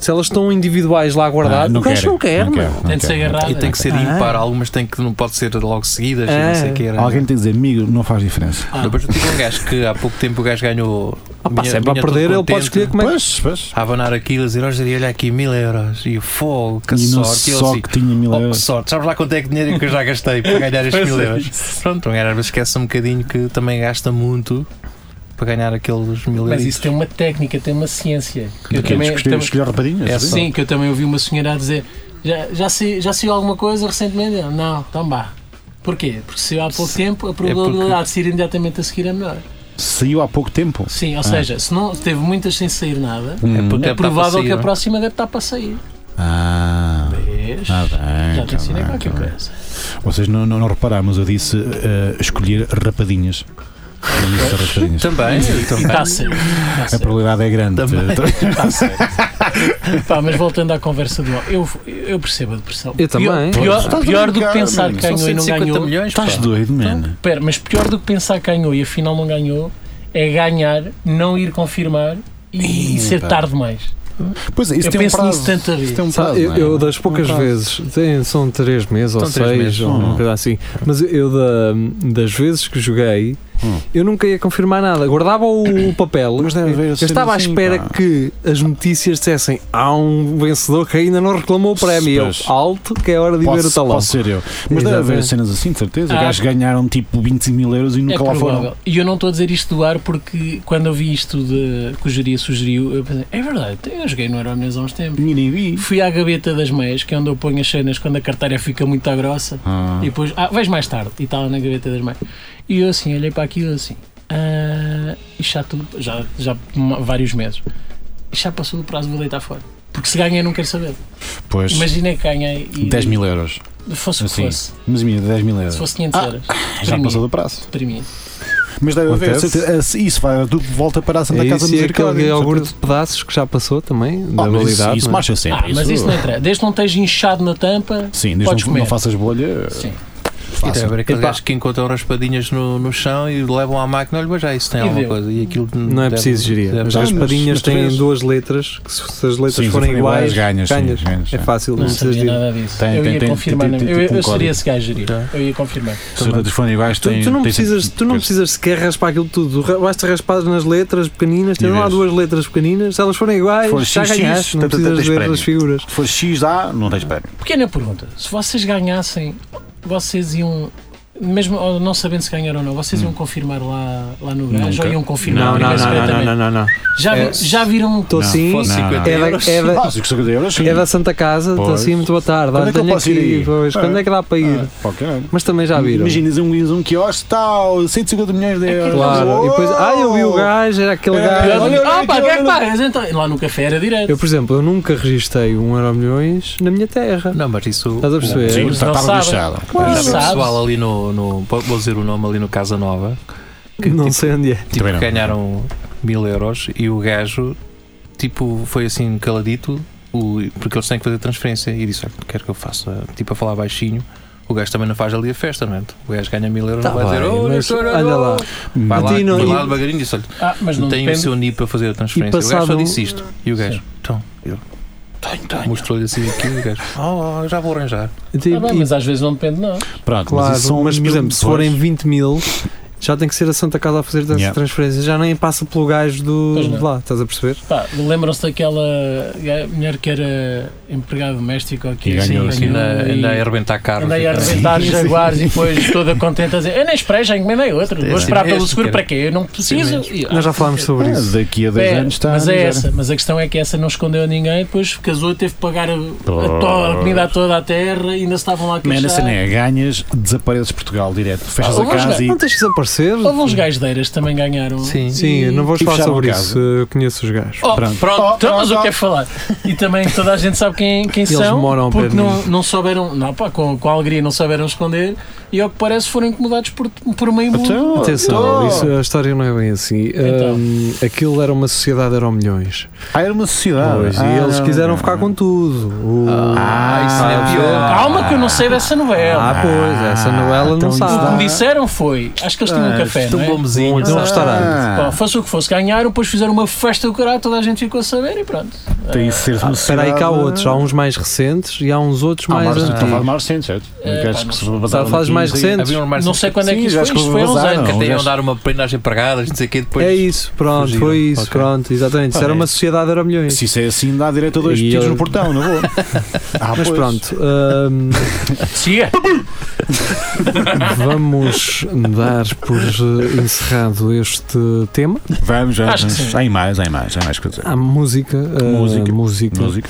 B: se elas estão individuais lá guardadas, o gajo não quer,
C: não
B: mano.
C: quer, não
D: Tem de ser
C: quer.
D: agarrado.
E: E tem que ser
B: Ah.
E: ímpar, algumas tem que não pode ser logo seguidas, e
B: Ah.
E: não sei o quê. era.
C: Alguém tem de dizer, amigo, não faz diferença.
D: Ah,
E: Depois eu tive um gajo que há pouco tempo o gajo ganhou.
B: Ah, pá,
E: minha-
B: se é para
E: minha todo
B: perder, ele pode
E: contente,
B: escolher como é que.
C: Pois, pois.
E: A abanar aquilo, a dizer, hoje olha aqui mil euros. E o fogo, que
C: E não
E: sorte. E ele
C: só
E: assim,
C: que tinha mil
E: oh, que
C: euros.
E: sorte. Sabes lá quanto é que dinheiro que eu já gastei para ganhar estes
D: é.
E: mil euros? Pronto, um gajo às vezes esquece um bocadinho que também gasta muito para ganhar aqueles mil euros.
D: Mas isso tem uma técnica, tem uma ciência. Que eu
C: Eu
D: também,
C: escolher,
D: também-
C: escolher rapadinhas.
E: É
C: sim.
D: sim, que eu também ouvi uma senhora a dizer já, já, sei, já saiu alguma coisa recentemente? Eu, Não, então vá. Porquê? Porque se há pouco tempo,
E: é
D: a probabilidade de sair imediatamente a seguir é menor.
C: Saiu há pouco tempo. Hum.
D: Sim, ou seja, se não teve muitas sem sair nada,
E: É,
D: é
E: porque Ah. deve estar para
D: provável
E: sair,
D: que a
E: não é?
D: próxima deve estar para sair.
C: Ah,
D: Vês?
C: ah bem.
D: já te
C: tá
D: ensinei
C: bem,
D: qualquer
C: tá bem.
D: coisa.
C: Vocês não, não, não repararam, mas eu disse eh, escolher rapadinhas. Eu
B: Então,
C: disse rapadinhas.
E: Também, eu
D: E
E: também.
D: está certo. Está
C: A
D: certo.
C: probabilidade é grande.
E: Também.
C: Então,
D: Está certo. Pá, mas voltando à conversa do eu, eu percebo a depressão.
B: Eu também.
D: Pior, pior,
C: Estás a
D: pior do que
C: brincar,
D: pensar
C: mano.
D: que
E: São
D: ganhou e não
E: 150
D: ganhou.
E: milhões, pá.
C: Estás doido,
B: Então,
C: mano?
D: Pera, mas pior do que pensar que ganhou e afinal não ganhou é ganhar, não ir confirmar e,
C: Ih,
D: ser
C: pá.
D: tarde demais.
C: Pois é, isso
D: Eu
C: tem
D: penso
C: um prazo.
D: nisso tanta vez.
C: Isso tem um
B: Sabe,
C: prazo,
B: eu,
C: não é?
B: eu das poucas
C: Tem um prazo.
B: vezes, tem- são três meses ou
E: São três
B: seis,
E: meses.
B: ou
C: Hum.
B: uma coisa assim, mas eu da- das vezes que joguei,
C: Hum.
B: eu nunca ia confirmar nada, guardava o, o papel,
C: Mas deve haver
B: eu
C: sido
B: estava à
C: assim,
B: espera
C: pá.
B: que as notícias dissessem há um vencedor que ainda não reclamou o prémio, eu,
C: Pois.
B: alto, que é hora de ver o
C: Posso,
B: talão.
C: posso ser eu. Mas deve haver
B: Exatamente.
C: cenas assim, de certeza.
D: Ah.
C: Gajos ganharam tipo 20 mil euros e
D: É
C: nunca lá foram.
D: provável. E eu não estou a dizer isto do ar porque quando eu vi isto de, que o Jeria sugeriu, eu pensei, é verdade, eu joguei no Euromilhões há uns tempos.
C: Ninguém vi.
D: Fui à gaveta das meias, que é onde eu ponho as cenas quando a carteira fica muito à grossa.
C: Ah.
D: E depois, ah, vejo mais tarde. E estava na gaveta das mães. E eu assim, olhei para aquilo assim. Ah, isto já, tudo, já, já ma- vários meses. Isto já passou do prazo, vou deitar fora. Porque se ganhei, não quero saber.
C: Pois,
D: Imaginei que ganhei e.
C: 10 mil euros.
D: Fosse o que
C: Assim,
D: fosse.
C: Mas imagina, 10 mil euros.
D: Se fosse 500
C: Ah,
D: euros.
C: Já
D: Para
C: passou
D: mim.
C: do prazo.
D: Para mim.
C: Mas deve haver.
B: Acontece.
C: certeza- eh, Isso vai, tu volta para a Santa
B: É
C: Casa
B: isso,
C: dos
B: e aquele
C: Arcádios,
B: iogurte
C: certeza.
B: de pedaços que já passou também, da
C: Ah, mas isso-
B: validade.
C: Isso
B: não é?
C: marcha
D: Ah,
C: sempre.
D: mas isso não entra. Desde que não estejas inchado na tampa.
C: Sim, desde
D: Podes
C: que não, não
D: comer.
C: faças bolha.
D: Sim.
E: E deve
C: Fácil.
E: haver aqueles
B: Epá.
E: gajos Então, é que encontram raspadinhas no, no chão e levam à máquina, olha, mas já isso tem
D: E
E: alguma
D: deu.
E: coisa. E aquilo
B: Não é
E: deve-
B: preciso gerir.
E: deve- um-
B: As
C: Ah, mas-
B: raspadinhas
C: mas tu
B: têm
C: vês-
B: duas letras, que se, se as letras
C: Sim, se
B: forem iguais,
C: ganhas. sim,
B: ganhas.
C: ganhas,
B: É fácil, não,
D: Não
B: precisas
D: sabia
B: de
D: nada disso.
C: Tem-
D: eu
C: tem-
D: ia
C: tem-
D: confirmar.
C: tem- tem-
D: na- eu-
C: tem um
D: eu seria
C: código.
D: esse gajo gerir.
E: Tá.
D: Eu ia confirmar.
C: Se as letras forem iguais,
B: Tu,
C: tem-
B: tu não
C: tem
B: precisas,
C: sentido.
B: tu não
C: Pois.
B: precisas sequer raspar aquilo tudo. Ra- Basta raspar nas letras pequeninas. Tens
C: E
B: lá
C: vês.
B: duas letras pequeninas. Se elas forem iguais,
C: Foram
B: já
C: X, X,
B: ganhaste. Não
C: tanto, tanto,
B: precisas
C: tens
B: ver
C: prémio.
B: as figuras.
C: Se for X dá, não tens prémio.
D: Pequena pergunta. Se vocês ganhassem, vocês iam. Mesmo ou não sabendo se ganharam ou não, vocês iam confirmar lá, lá no gajo
C: Hum. Nunca.
D: ou iam confirmar?
C: Não, não,
D: primeiro
C: não,
D: secretamente? Já, vi-
B: É.
D: já viram. um
B: Estou sim.
E: fosse
C: não,
E: 50
C: não.
B: É da, é da-
C: Ah, se custa 50 euros, sim.
B: é da Santa Casa. Estou
C: Pois.
B: sim. Muito boa tarde.
C: Quando é
B: Olha,
C: que eu
B: tenho
C: posso
B: aqui.
C: ir aí?
B: pois,
C: Ah.
B: Qualquer Quando é que dá para ir?
C: Qualquer ano.
B: Mas também já viram.
C: Imagina, diz Ah, um, diz um quiosque, tal, 150
D: É
C: milhões de euros.
B: Claro. E depois, ah, eu vi o gajo. Era aquele
C: É.
B: gajo.
C: Olha, olha,
D: ah, pá,
C: olha,
D: que é que
C: olha.
D: pagas? Então, lá no café era direto.
B: Eu, por exemplo, eu nunca registrei um euro milhões na minha terra.
E: Não, mas isso.
B: Estás a perceber?
C: Sim,
D: Eles
C: está
D: não
C: estava
D: sabem.
C: lixado.
E: Já
D: Claro.
E: vi
D: Sabes?
E: pessoal ali no, no. Vou dizer o nome ali no Casa Nova. Que
B: Não
E: tipo,
B: sei onde é.
E: tipo,
C: Também não.
E: ganharam mil euros e o gajo, tipo, foi assim caladito, o- porque eles têm que fazer transferência. E disse: "Olha, quero que eu faça, tipo, a falar baixinho. O gajo também não faz ali a festa, não é? O gajo ganha mil euros,
B: Tá
E: não vai dizer:
B: bem,
E: "Oh,
B: mas
E: doutor,
B: olha lá.
C: Tá
E: Vai lá,
B: Mas e não-
E: vai lá
B: e-
E: devagarinho e disse: olha,
D: Ah, mas não
E: não tem o
D: depende.
E: seu NIP para fazer a transferência. O gajo só
B: passado-
E: disse isto. E o gajo,
D: Sim.
E: então, eu mostrou-lhe assim aquilo e o gajo, oh, já vou arranjar.
B: Tipo,
D: Ah, bem, mas às vezes não depende, não.
B: Claro,
C: Pronto, mas
B: mas,
C: isso são
B: por
C: mil
B: exemplo, se
C: pessoas.
B: forem 20 mil, já tem que ser a Santa Casa a fazer essa
C: Yeah.
B: transferência. Já nem passa pelo gajo do,
D: Pois não.
B: de lá, estás a perceber?
D: Pá, lembram-se daquela ga- mulher que era empregado doméstico aqui
C: E ganhou,
E: Sim, ainda,
D: e-
E: ainda assim a arrebentar carros.
D: Andei a arrebentar jaguares e depois toda contente a dizer Eu nem esperei, já encomendei outro. Vou
E: Sim.
D: esperar pelo
E: Este,
D: seguro
E: cara.
D: para quê? Eu não preciso. E, ah,
B: Nós já falámos sobre
C: Ah,
B: isso.
C: Daqui a 10
D: Pera,
C: anos está.
D: mas
C: a
D: é
C: mijar.
D: essa, mas a questão é que essa não escondeu a ninguém, depois casou, teve que pagar a, a to- a comida toda à terra e ainda se estavam lá a
C: Man, a
D: queixar.
C: cena é, ganhas, desapareces de Portugal direto. Fechas
D: Ah,
C: a
D: houve uns
C: casa e.
B: Não tens que desaparecer.
D: Houve uns gaisdeiras que também ganharam.
E: Sim.
B: Sim, eu não vou
C: E
B: falar
C: fecharam
B: sobre
C: a casa.
B: isso. Eu conheço os gajos.
D: Oh,
C: Pronto.
D: pronto,
C: Oh,
D: então, mas
C: oh,
D: eu
C: oh.
D: quero falar. E também toda a gente sabe quem, quem
B: Eles
D: são,
B: moram ao pé
D: porque
B: de
D: não,
B: mim.
D: não souberam, não, pá, com, com alegria não souberam esconder e ao que parece foram incomodados por, por meio mundo.
C: Então,
B: Atenção,
C: então.
B: isso, a história não é bem assim.
D: Então.
B: Hum, aquilo era uma sociedade, eram milhões.
C: Ah, era uma sociedade.
B: é- e
C: Ah,
B: eles
C: não,
B: quiseram
C: não,
B: ficar
C: não.
B: com tudo. O-
E: Ah, isso é
B: Ah,
E: pior.
D: Calma que eu não sei dessa novela.
B: Ah, pois, essa novela não
C: então isso
D: o que
B: sabe.
D: me disseram foi, acho que eles tinham um
C: Ah,
D: café, não
E: Tão
D: é?
C: então,
E: bombezinho.
B: Muito.
E: Ah,
B: Então, um restaurante.
D: Pá, fosse o que fosse, ganharam, depois fizeram uma festa do caralho, toda a gente ficou a saber e pronto.
C: Tem que ser uma
B: ah, Espera aí que há
C: sociedade- ah,
B: outros, há uns mais recentes e há uns outros
C: Há
B: mais um
C: mais
B: antigos.
C: estou a falar de mais recentes, certo?
D: É,
C: Gajos
D: pá,
C: que
D: não
C: se
D: sei.
C: vazaram
B: Estava a falar de
C: daqui,
B: mais
C: não sei.
B: recentes.
E: Havia um armário
D: Não sei quando é
C: Sim,
D: que isto
C: já
D: foi,
C: acho que
D: isto foi há uns
C: vazaram.
D: anos.
E: que até iam
C: gajo-
E: dar uma prendagem pregada, não sei o quê, depois.
B: É isso, pronto,
E: fugiram.
B: foi isso,
E: Ok.
B: pronto, exatamente. Isso
C: Ah,
B: era
C: é
B: uma
C: isso.
B: sociedade era milhões.
C: Se isso é assim, dá direito a dois
B: E
C: tiros
B: eu-
C: no portão, não vou. Ah,
B: Mas
C: pois.
B: pronto, hum,
D: Siga.
B: vamos dar por eh, encerrado este tema.
C: Vamos, vamos.
D: Acho que
C: vamos.
D: sim.
C: Há mais, há mais, há mais que dizer.
B: A música, eh,
C: Música.
B: música.
C: Música.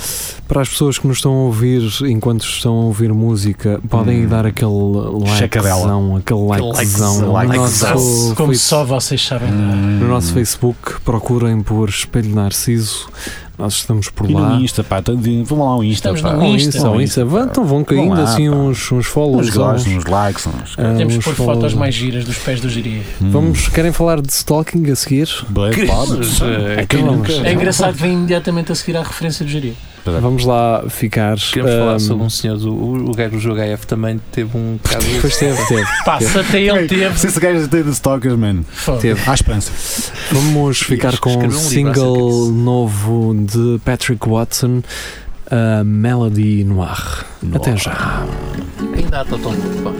B: Para as pessoas que nos estão a ouvir, enquanto estão a ouvir música, podem
C: Hum.
B: dar aquele likezão,
C: Checadela.
B: aquele likezão no
C: likezão.
B: nosso
D: Como
B: Face-
C: Hum,
D: só vocês sabem.
B: no nosso Facebook, procurem por Espelho Narciso Nós estamos por
C: E
B: lá.
C: no Insta, pá, tá- de- vamos lá ao Insta.
D: Estamos
C: pá.
D: no
B: Ou
D: Insta.
B: isso, ou isso. Vão, então vão caindo
C: Vão lá,
B: assim
C: pá.
B: uns, uns
C: Uns
B: follows.
C: gostos,
B: uns-
C: uns likes, uns...
B: ah,
D: Temos que
B: uns
D: pôr
B: follows.
D: fotos mais giras dos pés do Jiria.
E: Hum.
B: Vamos, querem falar de stalking a seguir?
C: Bem,
E: Cristo,
C: claro.
E: é,
C: É quem
B: calma,
C: nunca-
B: mas-
D: É engraçado que vem imediatamente a seguir à referência do Jiria.
B: Vamos lá ficar. hum,
E: Queremos
B: ahm,
E: falar sobre um senhor, do- o, o gajo do jogo AF também teve um bocado. desse.
B: Pois teve, teve.
D: Passa até ele teve.
C: Se esse gajo tem de stalkers, mano,
D: Foda.
B: Teve.
C: à espança.
B: Vamos ficar com
E: Escreveu um
B: um
E: livro acerca
B: single
E: disso.
B: novo de Patrick Watson, a Melody Noir. Até já.
D: Ainda há Totó. Pá.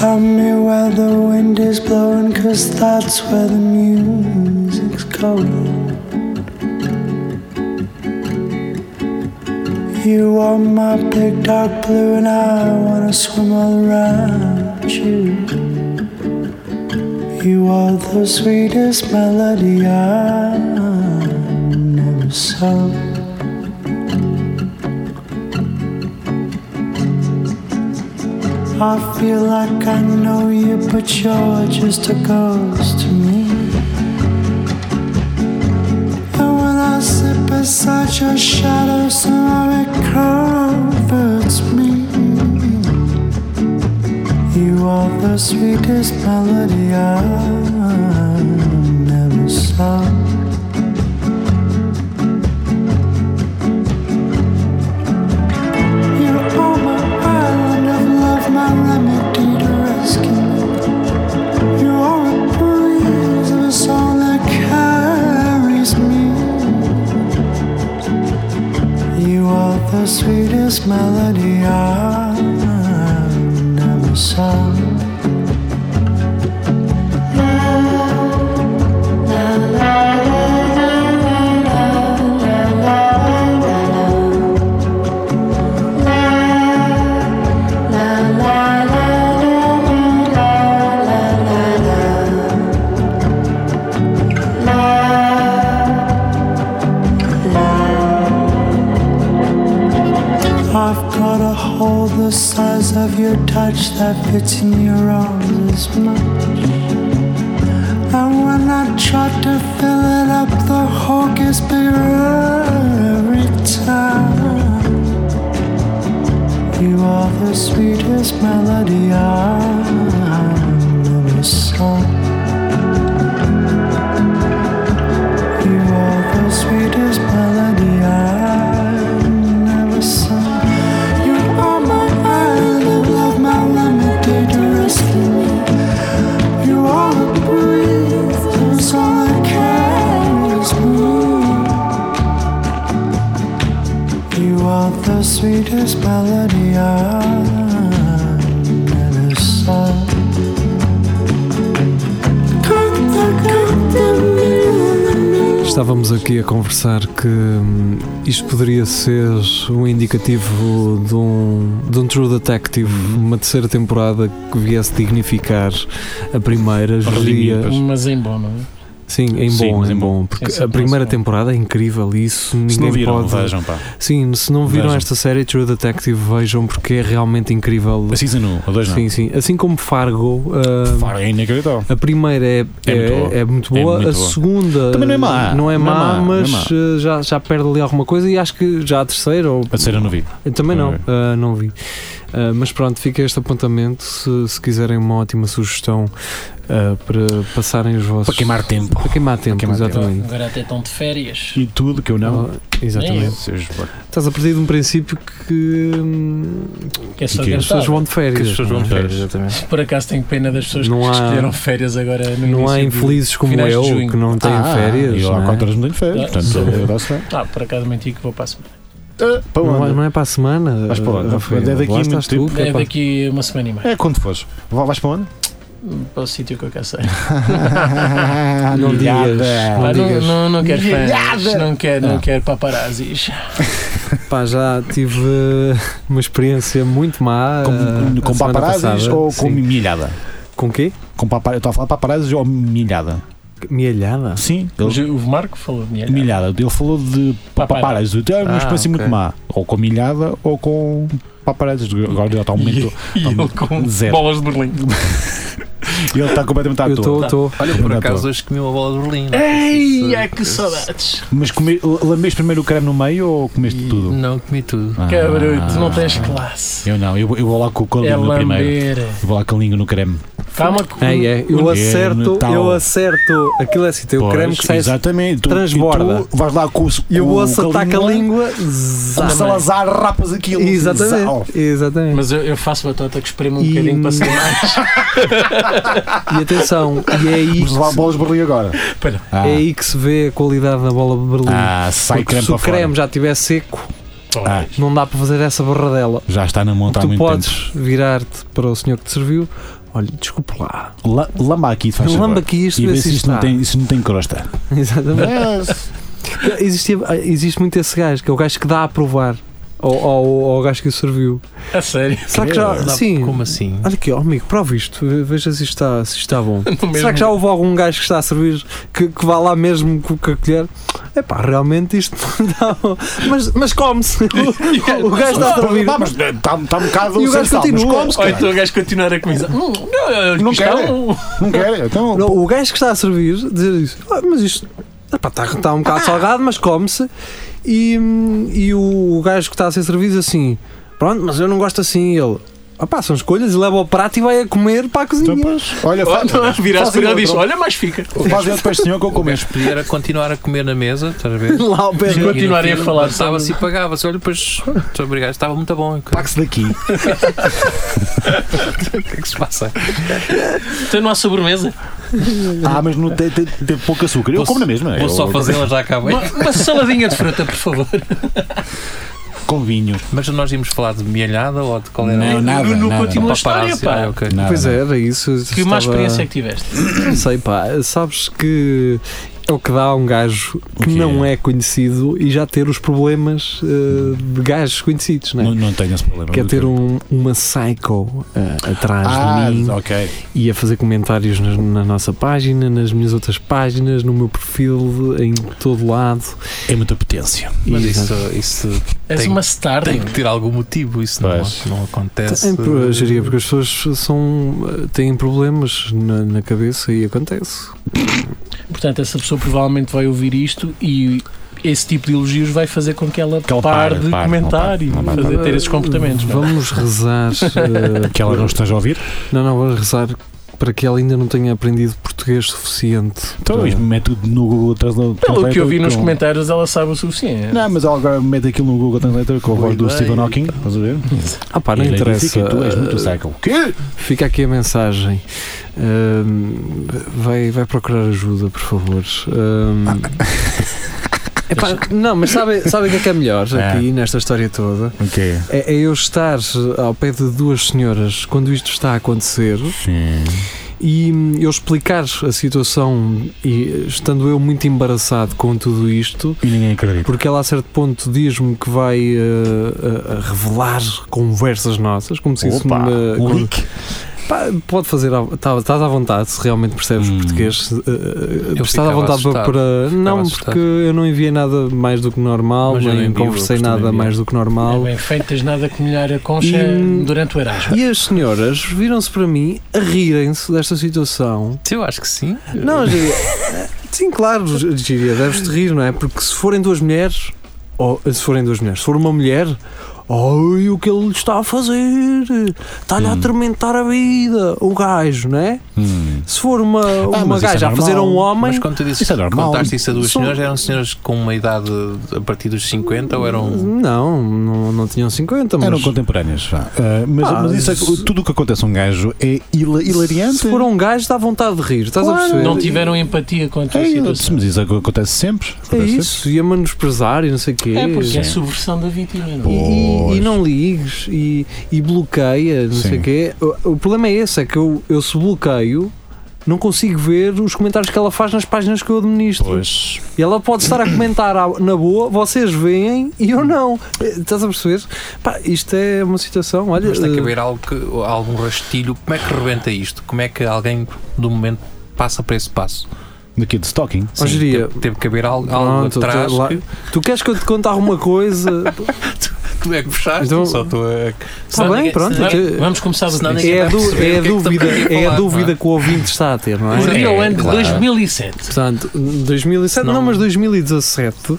F: Tell me where the wind is blowing, cause that's where the music's going. You are my big dark blue, and I wanna swim all around you. You are the sweetest melody I've never sung. I feel like I know you, but you're just a ghost to me. And when I sit beside your shadow, somehow it comforts me. You are the sweetest melody I've never sung. You're on my island of love, my remedy to rescue me. You are a breeze of a song that carries me. You are the sweetest melody I've never sung. I've got a hole the size of your touch that fits in your arms as much. And when I try to fill it up, the hole gets bigger every time. You are the sweetest melody I've ever sung. You are the sweetest melody I've never sung. You are my island of love, my remedy to rescue me. You are the breeze, the song that carries me. You are the sweetest melody I've ever sung.
B: Estávamos aqui a conversar que hum, isto poderia ser um indicativo de um, de um True Detective,
C: Uhum.
B: uma terceira temporada que viesse dignificar a primeira. Geria-
C: Redimir,
D: Mas em bom, não é?
B: Sim, em
C: Sim,
B: bom,
C: mas
B: em
C: em
B: bom. Porque
D: Sim, sim,
B: a primeira
D: sim.
B: temporada é incrível e isso ninguém
C: Se não viram,
B: pode.
C: vejam, pá.
B: Sim, se não viram
C: Vejam.
B: esta série True Detective, vejam porque é realmente incrível.
C: A season 1, a 2 Assim, não.
B: Sim, sim. Assim como Fargo, ah,
C: Fora é inacreditável.
B: a primeira é,
C: É muito boa.
B: é, é muito boa,
C: É muito
B: a
C: boa.
B: segunda
C: Também não é má.
B: não é
C: Não é
B: má,
C: má, não é
B: mas ah, já, já perde ali alguma coisa e acho que já a terceira ou
C: A terceira eu não vi.
B: eu também não,
C: Ok.
B: ah, não vi. Ah, mas pronto, fica este apontamento. Se, se quiserem uma ótima sugestão ah, para passarem os vossos.
C: Para queimar tempo.
B: Para queimar tempo,
C: queimar tempo.
B: exatamente.
D: Agora até estão de férias.
C: E tudo que eu não.
B: Ah, exatamente.
C: Seus bacana.
B: Estás a partir de um princípio que hum,
D: Que é só
C: que é?
B: as
D: gastar.
B: pessoas vão de
E: Que as
B: férias. é?
E: pessoas vão de férias, exatamente.
D: Por acaso tenho pena das pessoas
B: Não
D: que
B: há-
D: escolheram férias agora no
B: Não há
D: início de-
B: infelizes como
D: finais de
B: eu
D: junho.
B: que não têm
C: Ah,
B: férias.
C: Eu há
B: não,
C: 4
B: é?
C: anos não tenho férias,
D: Ah,
C: portanto,
B: sim.
C: eu dou-se bem.
D: Ah, por acaso menti que vou para a semana.
C: Ah, Para
B: Não é-
C: onde?
B: não é para a semana.
C: Vais para onde?
B: Rafael?
C: É daqui a
B: Lá
C: muito
B: estás tu,
C: tempo.
B: que
D: É
B: pá.
D: daqui uma semana e meia.
C: É quando fores. Vá- Vais para onde?
D: Para o sítio que eu cacei.
B: Não
C: Piada.
B: digas.
D: Pá,
B: Não
D: não,
B: digas.
D: não, não quero fãs,
C: Nada.
D: não quero,
C: Ah.
D: não quero paparazzis.
B: Pá, já tive eh, uma experiência muito má.
C: Com,
B: eh, a
C: com
B: semana
C: paparazzis
B: passada.
C: ou
B: Sim.
C: com milhada?
B: Com quê?
C: Com papar... Eu estava a falar paparazzis ou milhada?
B: Mielhada?
C: Sim, eles...
D: O Marco falou minha
C: milhada. Ele falou de paparazzi. É uma
E: Ah,
C: experiência muito
E: ok.
C: má. Ou com milhada ou com paparazzi. Agora já está um momento.
D: E
C: Tá
D: ele
C: muito-
D: com
C: zero.
D: bolas de Berlim.
C: E ele está completamente à
B: Eu estou,
C: toa.
B: estou.
E: Olha, por
C: Não
E: acaso
C: tô.
E: hoje comi uma bola de Berlim. não é?
D: Ei,
E: Isso-
D: é que
E: isso-
D: saudades.
C: Mas come, lambeste primeiro o creme no meio ou comeste tudo?
E: Não, comi tudo.
C: Ah.
D: Cabrão, tu não tens classe.
C: Eu não, eu, eu vou lá com o colinho
D: É
C: no primeiro.
D: lamber.
C: Eu vou lá com a língua no creme.
D: Calma que
B: Ei, é, eu
C: É
B: acerto,
C: Natal.
B: eu acerto. Aquilo é assim, tem o
C: Pois,
B: creme que sai.
C: Exatamente. Tu,
B: transborda.
C: E tu vais lá com o. né?
B: E o
C: com
B: osso ataca a
C: colinho.
B: língua.
C: O
B: zá.
C: Salazar rapas aquilo. Zau.
B: Exatamente. Exatamente.
D: Mas eu, eu faço batota que espremo um
B: E-
D: bocadinho para ser mais.
B: E atenção, e é aí,
C: Vamos levar bolas de Berlim agora.
D: Espera.
C: Ah,
B: é aí que se vê a qualidade da bola de Berlim.
C: ah, sai
B: Porque
C: creme
B: se
C: para
B: o
C: fora.
B: creme já estiver seco,
C: Ah,
B: não dá para fazer essa borradela.
C: já está na monta há
B: tu
C: Tá muito
B: podes virar-te para o senhor que te serviu. Olha, desculpa lá.
C: tempo. La- Lamba aqui, faz favor.
B: Lamba aqui isto,
C: Tá E
B: vê
C: vê
B: se isto
C: não
B: está.
C: tem, isso não tem crosta. É,
B: Exatamente. Existe, existe muito esse gajo, que é o gajo que dá a provar ao, ao, ao gajo que o serviu.
D: A sério.
B: Será que
E: Não,
B: já. Sim.
E: Como assim?
B: Olha aqui, ó, amigo, prova isto, ve- veja se isto está, se isto está bom.
D: No
B: Será
D: mesmo-
B: que já houve algum gajo que está a servir que, que vá lá mesmo com com a colher? É pá, realmente isto não dá. bom. Mas, mas come-se. O, o gajo está a servir.
C: Vá, mas está está um bocado.
B: E o
C: sem
B: gajo
C: sal, mas
B: continua.
C: come-se,
D: Ou
C: caralho.
D: então o gajo continuar a comer. Hum, não,
C: Não
D: está
C: quero.
D: um-
C: Não quer? Então.
B: Não, o gajo que está a servir dizer isso. "Ah, mas isto epá, está, está
D: Ah.
B: um bocado salgado, mas come-se. E, hum, e o gajo que está a ser servido diz assim: Pronto, mas eu não gosto assim. E Ele. Ah pá, são escolhas e leva ao prato e vai a comer para a cozinha.
C: Então, pois, olha, faz,
D: Olha, Viraste
C: fazem
D: para ele e diz:
C: outro.
D: Olha, mas fica.
C: faz outro para este senhor que eu
E: O
C: começo.
E: gajo podia era continuar a comer na mesa, estás a ver?
B: Lá ao pé
E: E
B: do
E: no
D: Continuarem a
E: fim,
D: falar
E: Estava-se e
D: sobre-
E: pagava-se. Olha, pois, muito obrigado, estava muito bom. O que
C: Pague-se daqui.
E: é que se passa?
D: Então não há sobremesa.
C: Ah, mas não tem, tem, tem pouco açúcar. Eu
E: Vou-
C: como na mesma.
E: Vou
C: É, Eu-
E: só fazê-la já acabei.
D: Uma, uma saladinha de fruta, por favor.
C: Com vinho.
E: Mas nós íamos falar de mielhada ou de qual era
C: Não, nada,
D: não
C: nada.
D: continua a história,
E: Paparazzi. Ah,
D: pá.
E: ok.
C: Nada.
B: Pois é, era isso.
D: Que má experiência é que tiveste?
B: Não sei, pá. Sabes que é o que dá a um gajo que
C: O quê?
B: não é conhecido e já ter os problemas eh, de gajos conhecidos, não é?
C: Não, não tenho esse problema.
B: Quer ter um- uma psycho eh, atrás
C: Ah,
B: de mim
C: ok.
B: e a fazer comentários nas- na, nossa página, nas minhas outras páginas, no meu perfil, em todo lado.
C: É muita potência.
E: Mas
B: E-
E: isso, isso
D: És
E: Tem-
D: uma star.
E: tem que ter algum motivo, isso não,
C: Pois.
E: não acontece.
B: Tem, pro- geria, porque as pessoas são, eh, têm problemas na, na cabeça e acontece.
D: Portanto, essa pessoa provavelmente vai ouvir isto e esse tipo de elogios vai fazer com que ela,
C: Que ela
D: pare,
C: pare,
D: de
C: pare,
D: comentar e
C: não pare, não
D: fazer ter esses comportamentos. não é?
B: Vamos rezar. eh,
C: Que ela não esteja a ouvir.
B: Não, não, vamos rezar para que ela ainda não tenha aprendido português suficiente.
C: Então,
B: para-
C: isto mete tudo no Google Translator.
D: Pelo que eu vi nos
C: com-
D: comentários, ela sabe o suficiente.
C: Não, mas ela agora mete aquilo no Google Translator com a voz do
E: Boa ideia.
C: Stephen Hawking. Estás a ver?
B: Ah, pá, não
C: E ele
B: interessa.
C: identifica, Tu és muito
B: Eh,
C: psycho. Ah, O quê?
B: Fica aqui a mensagem. Ahm, vai, vai procurar ajuda, por favor. Ahm, epá, não, mas sabem sabe o que é que é melhor aqui nesta história toda?
C: O quê?
B: É, é eu estar ao pé de duas senhoras quando isto está a acontecer
C: Sim.
B: e hum, eu explicar a situação e estando eu muito embaraçado com tudo isto
C: E ninguém acredita.
B: Porque ela a certo ponto diz-me que vai eh, a- a revelar conversas nossas, como se isso
C: Opa,
B: me-
C: um
B: como-
C: leak.
B: Pá, pode fazer, à- tá- estás à vontade se realmente percebes
C: Hum.
B: português. eh, eh, estás à
E: ficava
B: vontade para,
E: assustado,
B: para- Não,
E: assustado.
B: porque eu não enviei nada mais do que normal,
E: Mas eu
B: nem
E: envio, eu
B: conversei
E: costumo
B: nada
E: enviar.
B: mais do que
D: É
B: normal.
D: bem feito, tens nada que molhar a concha
B: E-
D: durante o Erasmo.
B: E as senhoras viram-se para mim a rirem-se desta situação.
E: Eu acho que sim.
B: Não, Gíria, sim, claro, Gíria, deves-te rir, não é? Porque se forem duas mulheres, ou se forem duas mulheres, se for uma mulher, ai, o que ele está a fazer? Está-lhe a
C: Hum.
B: atormentar a vida, o gajo, não é?
C: Hum.
B: Se for uma,
C: mas
B: uma
C: isso é
B: gaja a
C: normal.
B: fazer a um
E: Mas
B: homem,
E: quando tu disse,
C: Isso é normal.
E: contaste isso a duas
B: São-
E: senhoras, eram senhoras com uma idade a partir dos 50 ou
B: Hum,
E: eram.
B: não, não, não tinham 50, mas
C: Eram contemporâneas. vá. Ah, mas,
B: Ah,
C: mas isso é-
B: isso-
C: tudo o que acontece a um gajo é hila- hilariante.
B: se for um gajo, dá vontade de rir, estás a
C: Claro.
B: perceber?
D: Não tiveram empatia com a tua
C: É,
D: situação.
C: mas isso é o que acontece sempre.
B: É
C: Acontece
B: isso, e a menosprezar e não sei o quê.
D: É porque é
C: Sim.
D: subversão da vítima. não é?
B: E- E, e
C: Pois.
B: não ligues e, e bloqueia, não sei
C: Sim.
B: o quê. O, o problema é esse, é que eu, eu se bloqueio, não consigo ver os comentários que ela faz nas páginas que eu administro.
C: Pois.
B: E ela pode estar a comentar à- na boa, vocês veem e eu não. Eh, Estás a perceber? Pá, isto é uma situação, olha.
E: Mas tem que
B: eh,
E: haver algo que, algum rastilho. Como é que rebenta isto? Como é que alguém do momento passa para esse passo?
C: Daqui é de stalking.
B: ó, Jeria,
E: Teve, teve que haver algo, algo
B: pronto,
E: atrás.
B: tu, lá-
E: que-
B: tu queres que eu te conte alguma coisa?
E: tu é que fechaste,
B: Então-
E: só tu é que.
C: Tá
B: Está Tá bem, pronto.
D: Senão-
B: que-
D: Vamos começar do
E: Senão
D: início.
E: ninguém
B: É a, du-
E: perceber
B: é a
E: o que é que
B: dúvida,
E: estamos aqui a
B: é a
E: falar,
B: dúvida
E: não é?
B: que o ouvinte está a ter, não é?
D: Por dia o
E: É,
D: ano de
E: claro.
D: 2007.
B: Portanto, 2007, não.
E: Não.
B: mas 2017,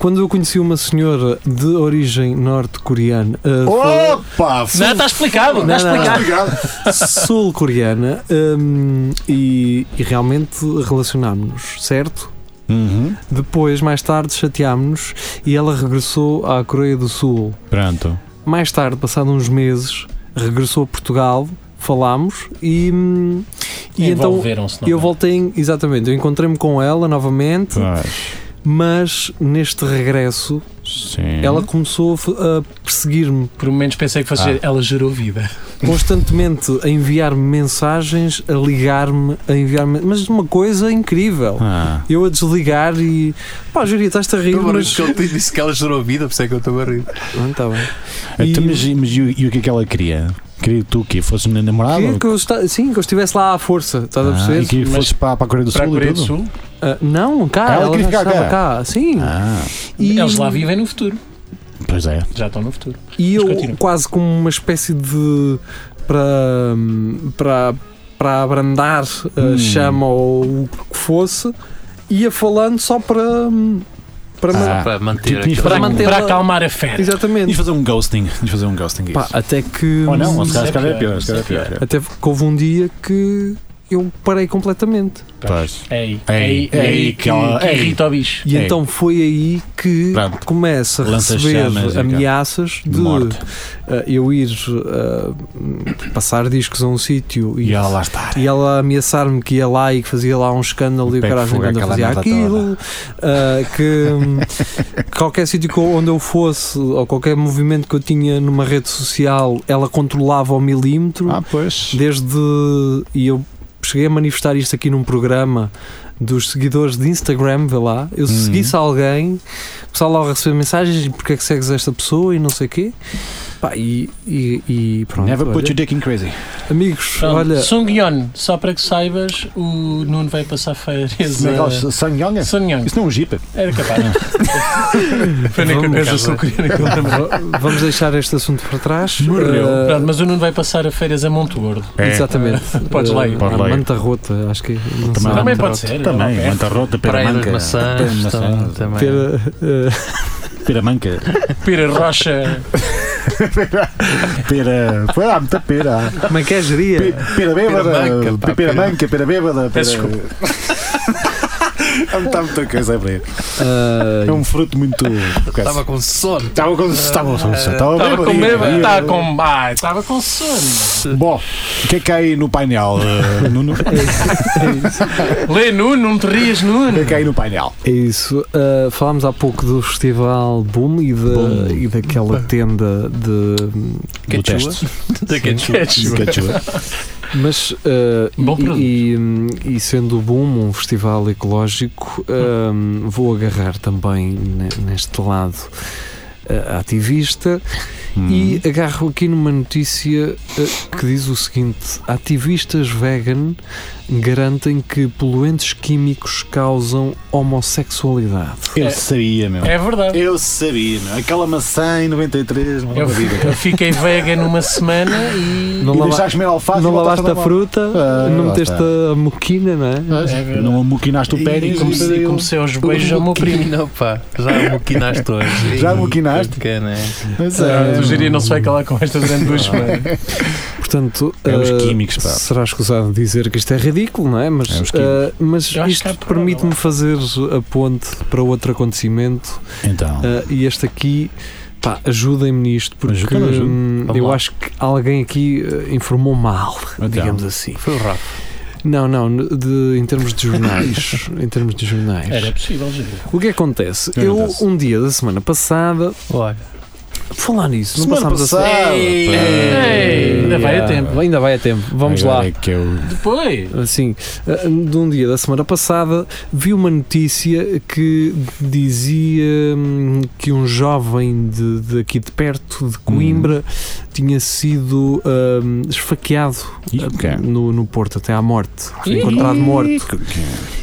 B: quando eu conheci uma senhora de origem norte-coreana, uh,
E: Oh!
C: Opa!
D: Não, está explicado, está
B: Não, não,
D: explicado.
B: sul-coreana, um, e, e realmente relacionámos-nos, certo?
C: Uhum.
B: Depois, mais tarde, chateámos-nos e ela regressou à Coreia do Sul.
C: Pronto.
B: Mais tarde, passado uns meses, regressou a Portugal, falámos e, hum, e então
D: Envolveram-se, não
B: eu
D: é?
B: voltei, exatamente, eu encontrei-me com ela novamente,
C: Pois.
B: mas neste regresso
C: Sim.
B: ela começou a f- a perseguir-me
D: Por momentos pensei que fosse
C: Ah.
D: ela gerou vida.
B: constantemente, a enviar-me mensagens, a ligar-me, a enviar-me, mas uma coisa incrível.
C: Ah.
B: Eu a desligar e pá, Júlia, estás-te a rir,
E: Estou a rir
B: mas.
E: porque ele te disse Então, que ela gerou vida, por isso é que eu estou a rir.
B: Não, tá bem. E-
C: Então, mas, mas e, o- e o que é que ela queria? Queria que tu que fosses na- namorada?
B: Queria
C: ou-
B: que eu esta- Sim, que eu estivesse lá à força, estás a
C: Tá Ah, e
B: perceber?
C: que
D: Mas-
C: fosses para, para a Coreia do
E: Para a
C: Sul
E: Coreia
C: e
E: do
C: tudo?
E: Sul,
B: Ah, não, cá,
C: Ah, ela
B: ela,
C: queria
B: já
C: ficar
B: estava
C: cá.
B: cá, sim.
C: Ah,
B: e,
D: Eles lá vivem no futuro.
C: pois é.
D: Já estão no futuro.
B: E eu,
D: Mas continua.
B: quase como uma espécie de. para. para, para abrandar a
C: Hum.
B: chama ou o que fosse, ia falando só para. para ma-
C: Ah,
E: para manter
C: tipo,
E: aquele-
C: para
B: manter-
D: Para
B: Ela-
D: acalmar a fera.
C: Diz
B: Exatamente.
C: fazer um ghosting. Diz fazer um ghosting. a
B: Pá,
C: isso.
B: até que.
C: Ou não, ou se
D: Isso
C: calhar
D: é
C: se calhar é
D: pior,
C: pior. Se
D: isso
C: calhar é
D: é
C: pior.
B: Até que houve um dia que eu parei completamente.
C: Pois.
D: É aí.
C: É
D: É
C: aí.
D: aí, é aí que,
C: ela-
D: que
C: é aí.
D: irrita o bicho.
B: E
C: É.
B: então foi aí que
C: Pronto.
B: começa a
C: Lança
B: receber
C: chamas e cá.
B: ameaças de
C: Morte.
B: eh, eu ir eh, passar discos a um sítio
C: E
B: e,
C: ela lá está.
B: e ela ameaçar-me que ia lá e que fazia lá um escândalo e o
C: Pega
B: caralho
C: fogo
B: quando eu
C: àquela
B: fazia
C: merda
B: aquilo, eh, que hum, qualquer sítio que eu- onde eu fosse ou qualquer movimento que eu tinha numa rede social ela controlava ao milímetro
C: Ah, pois.
B: desde e eu cheguei a manifestar isto aqui num programa dos seguidores de Instagram, vê lá, eu se
C: Uhum.
B: seguisse alguém, o pessoal logo recebeu mensagens e porque é que segues esta pessoa e não sei o quê. Pá, e, e- e pronto.
C: Never put
B: olha.
C: your dick in crazy.
B: Amigos,
D: Pronto.
B: olha,
D: Sung Yeon, só para que saibas, o Nuno vai passar férias.
C: Como é que
D: a-
C: ela se- Sang Yong?
D: Sung Yeon.
C: Isso não é um jipe.
D: Era capaz. Foi na
B: Vamos,
D: cabeça sul-coreana que eu lembrava.
B: v- vamos deixar este assunto para trás.
C: Morreu.
B: Eh,
D: Pronto, mas o Nuno vai passar a férias a Monte Gordo.
B: Exatamente.
D: Podes lá ir.
B: Eh,
C: Pode É. lá ir.
B: Manta rota, acho que. Não sei.
D: Também
C: Manta
D: pode ser.
C: Também. né?
D: é lá perto.
C: Manta rota,
E: Praia das
C: piramanca.
E: maçãs, também-
C: Maçãs,
E: também.
B: Pera, eh,
C: Piramanca.
D: Pira Rocha.
C: Pera. Foi lá, muita pera.
B: como é que é, geria?
C: Pe- Pera bêbada.
E: Piramanca, pá,
C: Piramanca, pera bêbada.
D: Peço
C: pera- Há muita- há muita coisa para ir.
B: Eh,
C: É um fruto muito.
E: Estava com sono.
C: Estava com. Estava com.
D: Estava com medo.
C: bêbado.
D: Estava com. Ai, estava com sono.
C: Bom, o que é que há aí no painel, eh, Nuno? O que
D: Lê Nuno, não te rias, Nuno.
C: é que há aí no painel?
B: É isso. Uh, falámos há pouco do festival Boom e, da,
C: Boom.
B: e daquela tenda de.
C: Do
E: Quechua?
C: teste.
E: Da Quechua.
D: Ketchup.
C: Quechua.
B: Mas. uh,
D: Bom produto.
B: e, e- e sendo o Boom um festival ecológico, um, vou agarrar também ne- neste lado uh, ativista
C: Hum.
B: e
C: Uhum.
B: agarro aqui numa notícia uh, que diz o seguinte: ativistas vegan garantem que poluentes químicos causam homossexualidade.
C: Eu
D: É-
C: sabia, meu.
D: É verdade.
C: Eu sabia, meu. Aquela maçã em 93, meu.
D: Eu,
C: nunca vi,
D: eu fiquei vegan uma semana e.
B: Não
C: E
B: lava-
C: deixaste-me alface
B: não
C: e
B: lavaste
C: voltaste
B: a
C: lavar.
B: fruta,
C: Ah,
B: não
C: lá
B: meteste a moquina, não é?
D: É verdade.
C: Não amoquinaste o pé
D: E
C: e
D: comecei,
C: comecei.
D: comecei aos beijos ao meu primo.
E: Não, pá, já moquinaste hoje.
C: Já
E: Ih,
C: moquinaste?
E: bacana, é?
D: Ah, o Jiria não se vai calar com estas durante duas semanas.
B: Portanto,
C: É os
B: ah,
C: químicos, pá.
B: será escusado dizer que isto é ridículo, não é? Mas,
C: É os
B: ah, mas
D: Eu acho que há
B: isto
D: prova,
B: permite-me
D: lá.
B: fazer a ponte para outro acontecimento
C: Então.
B: ah, e este aqui. Pá, ajudem-me nisto, porque
C: Ajuda, ajuda.
B: hum,
E: Vamos
B: eu
E: lá.
B: acho que alguém aqui ah, informou mal,
C: Então,
B: digamos assim.
E: Foi o Rafa.
B: Não, não, de- em termos de jornais. em termos de jornais.
D: Era possível, Jiria.
B: O que acontece?
C: que
B: eu,
C: acontece?
B: um dia da semana passada,
E: Olha,
B: falar nisso, não
C: Semana
B: passámos a
C: passada. Ah,
D: Ei, ei, ainda vai a tempo.
B: Ainda vai a tempo, vamos
C: Agora
B: lá.
C: É que eu...
D: Depois.
B: Assim, eh, de um dia da semana passada, vi uma notícia que dizia hum, que um jovem de, de aqui de perto,
C: Hum.
B: de Coimbra, tinha sido hum, esfaqueado
C: Ih,
B: eh,
C: ok.
B: no, no Porto até à morte. Foi
D: Ih.
B: encontrado morto.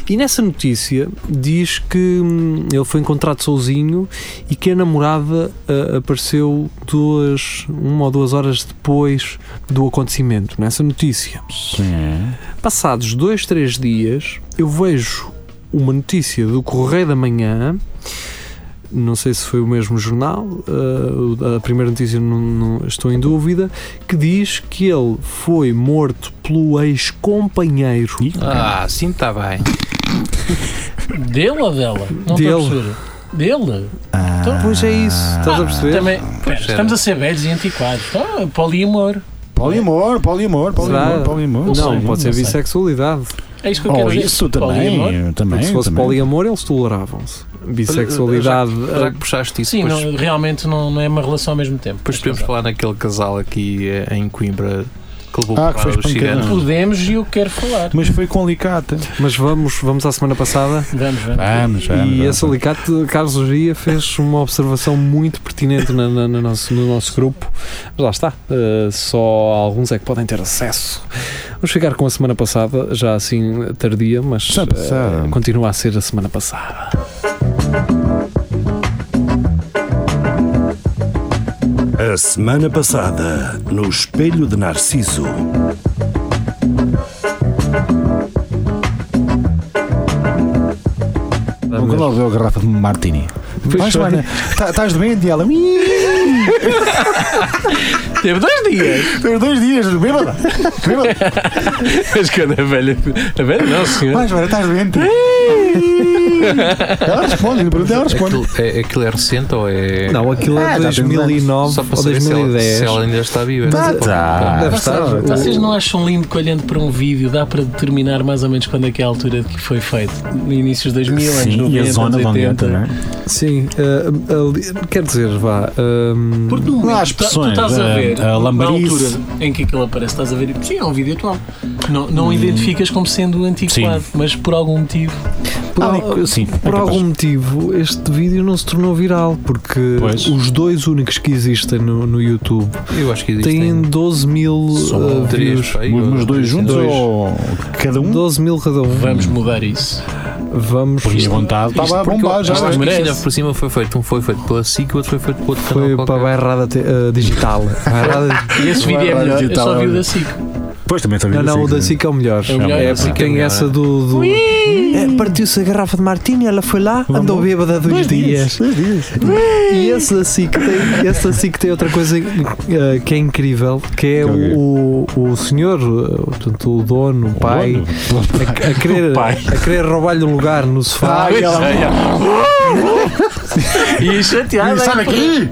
B: E nessa notícia diz que hum, ele foi encontrado sozinho e que a namorada eh, aconteceu duas, uma ou duas horas depois do acontecimento, nessa notícia.
C: Sim.
B: Passados dois, três dias, eu vejo uma notícia do Correio da Manhã. Não sei se foi o mesmo jornal, eh, o- a primeira notícia não, não- estou em dúvida, que diz que ele foi morto pelo ex-companheiro
C: Ih,
E: Ah, sim, está bem.
D: Dele ou dela? Não estou a
B: Dele.
D: perceber. Dele?
B: Então, pois é isso,
C: ah.
B: estás a perceber?
D: Também, pera,
E: era.
D: estamos a ser velhos e antiquados. Então, poliamor.
C: Polimor, polimor, polimor,
B: Será?
C: polimor.
B: Não,
D: sei,
B: pode ser
D: sei.
B: bissexualidade.
D: É isso que eu
C: Oh,
D: quero dizer.
C: isso
D: Poliamor.
C: também, também.
B: Porque se fosse
C: também.
B: poliamor, eles toleravam-se. Bissexualidade. eh,
E: Já que puxaste isso,
D: Sim,
E: depois,
D: não, realmente não, não é uma relação ao mesmo tempo.
E: depois podemos falar naquele casal aqui eh, em Coimbra que levou
C: Ah,
E: para
C: que foi
E: os
C: espancado.
E: ciganos.
D: Podemos e eu quero falar.
C: Mas foi com alicate.
B: Mas vamos, vamos à semana passada.
D: Vamos,
E: Ah,
D: vamos.
C: Vamos,
B: e esse alicate, Carlos Ria, fez uma observação muito pertinente na, na- no, nosso, no nosso grupo. Mas lá está. eh, só alguns é que podem ter acesso. Vamos ficar com a semana passada, já assim tardia, mas
C: Semana
B: eh,
C: passada.
B: continua a ser a semana passada.
A: A semana passada, no Espelho de Narciso.
C: Nunca lá bebeu a é garrafa de Martini.
B: Pois
C: Mas,
B: foi.
C: Joana, tá- estás bem, Diela?
E: Teve dois dias!
C: Tens dois dias, bêbada. Bêbada.
E: Mas quando a velha. A velha não, senhor.
C: Mas, Joana, estás bem? Ela responde, ela responde.
E: Aquilo é, aquilo é recente ou é.
B: Não, aquilo é
C: Ah, já tem uns anos.
B: 2009
E: só para
B: ou
E: saber se ela,
B: 2010.
E: se ela ainda está viva.
C: Tá, tá.
B: é- Deve
C: Tá,
B: estar.
C: tá.
D: Vocês não acham lindo que olhando para um vídeo dá para determinar mais ou menos quando é que é a altura de que foi feito? No início dos 2000, anos 90, anos 80.
C: é?
B: Sim, eh, ali- quer dizer, vá. ehm,
D: Porque no
C: Lá
D: momento
C: as
D: tu, tu
C: pressões,
D: estás a
C: a-
D: ver,
C: eh, a lambarice.
D: na altura em que aquilo aparece, estás a ver, sim, é um vídeo atual. Não,
C: Hum.
D: não identificas como sendo antiquado, mas por algum motivo.
B: por
C: Ah,
B: al-
C: Sim, é
B: Por
C: capaz.
B: algum motivo, este vídeo não se tornou viral, porque
C: Pois.
B: os dois únicos que existem no, no YouTube
E: Eu acho que
B: têm
E: existem
B: 12 mil
C: Só
B: uh,
E: três
B: views.
E: pai,
C: Mas
E: ou-
C: mas dois juntos
B: Dois.
C: ou cada um?
B: 12 mil cada um.
D: oh. Vamos mudar isso.
B: Vamos.
C: Por minha vontade. Estava a bombar um já.
E: Isto
D: Mas
E: ainda
D: merece.
E: por cima foi feito. Um foi feito pela SIC, o outro foi feito pelo outro
B: Foi
E: canal.
B: para a
E: qualquer.
B: bairrada te- uh, digital. Bairrada-
D: E esse
C: Vai
D: vídeo é
C: lá
D: melhor, eu
C: digital,
D: só vi o
C: olha.
D: da SIC.
C: Depois também
B: não, não, o da SIC é o melhor.
D: É o melhor,
B: É
D: o da SIC
B: porque
E: é o
B: tem
E: melhor,
B: essa
E: é.
B: do. do- É, Partiu-se a garrafa de Martini, ela foi lá,
C: Vamos.
B: andou bêbada dois dias.
C: Dois dias.
B: E esse da SIC tem, esse da SIC tem outra coisa eh, que é incrível, que é o, o, o senhor, eh, portanto, o dono, o pai, a, a querer, a querer roubar-lhe o lugar no sofá.
C: Ai, ela-
D: E chateado.
C: Sai daqui!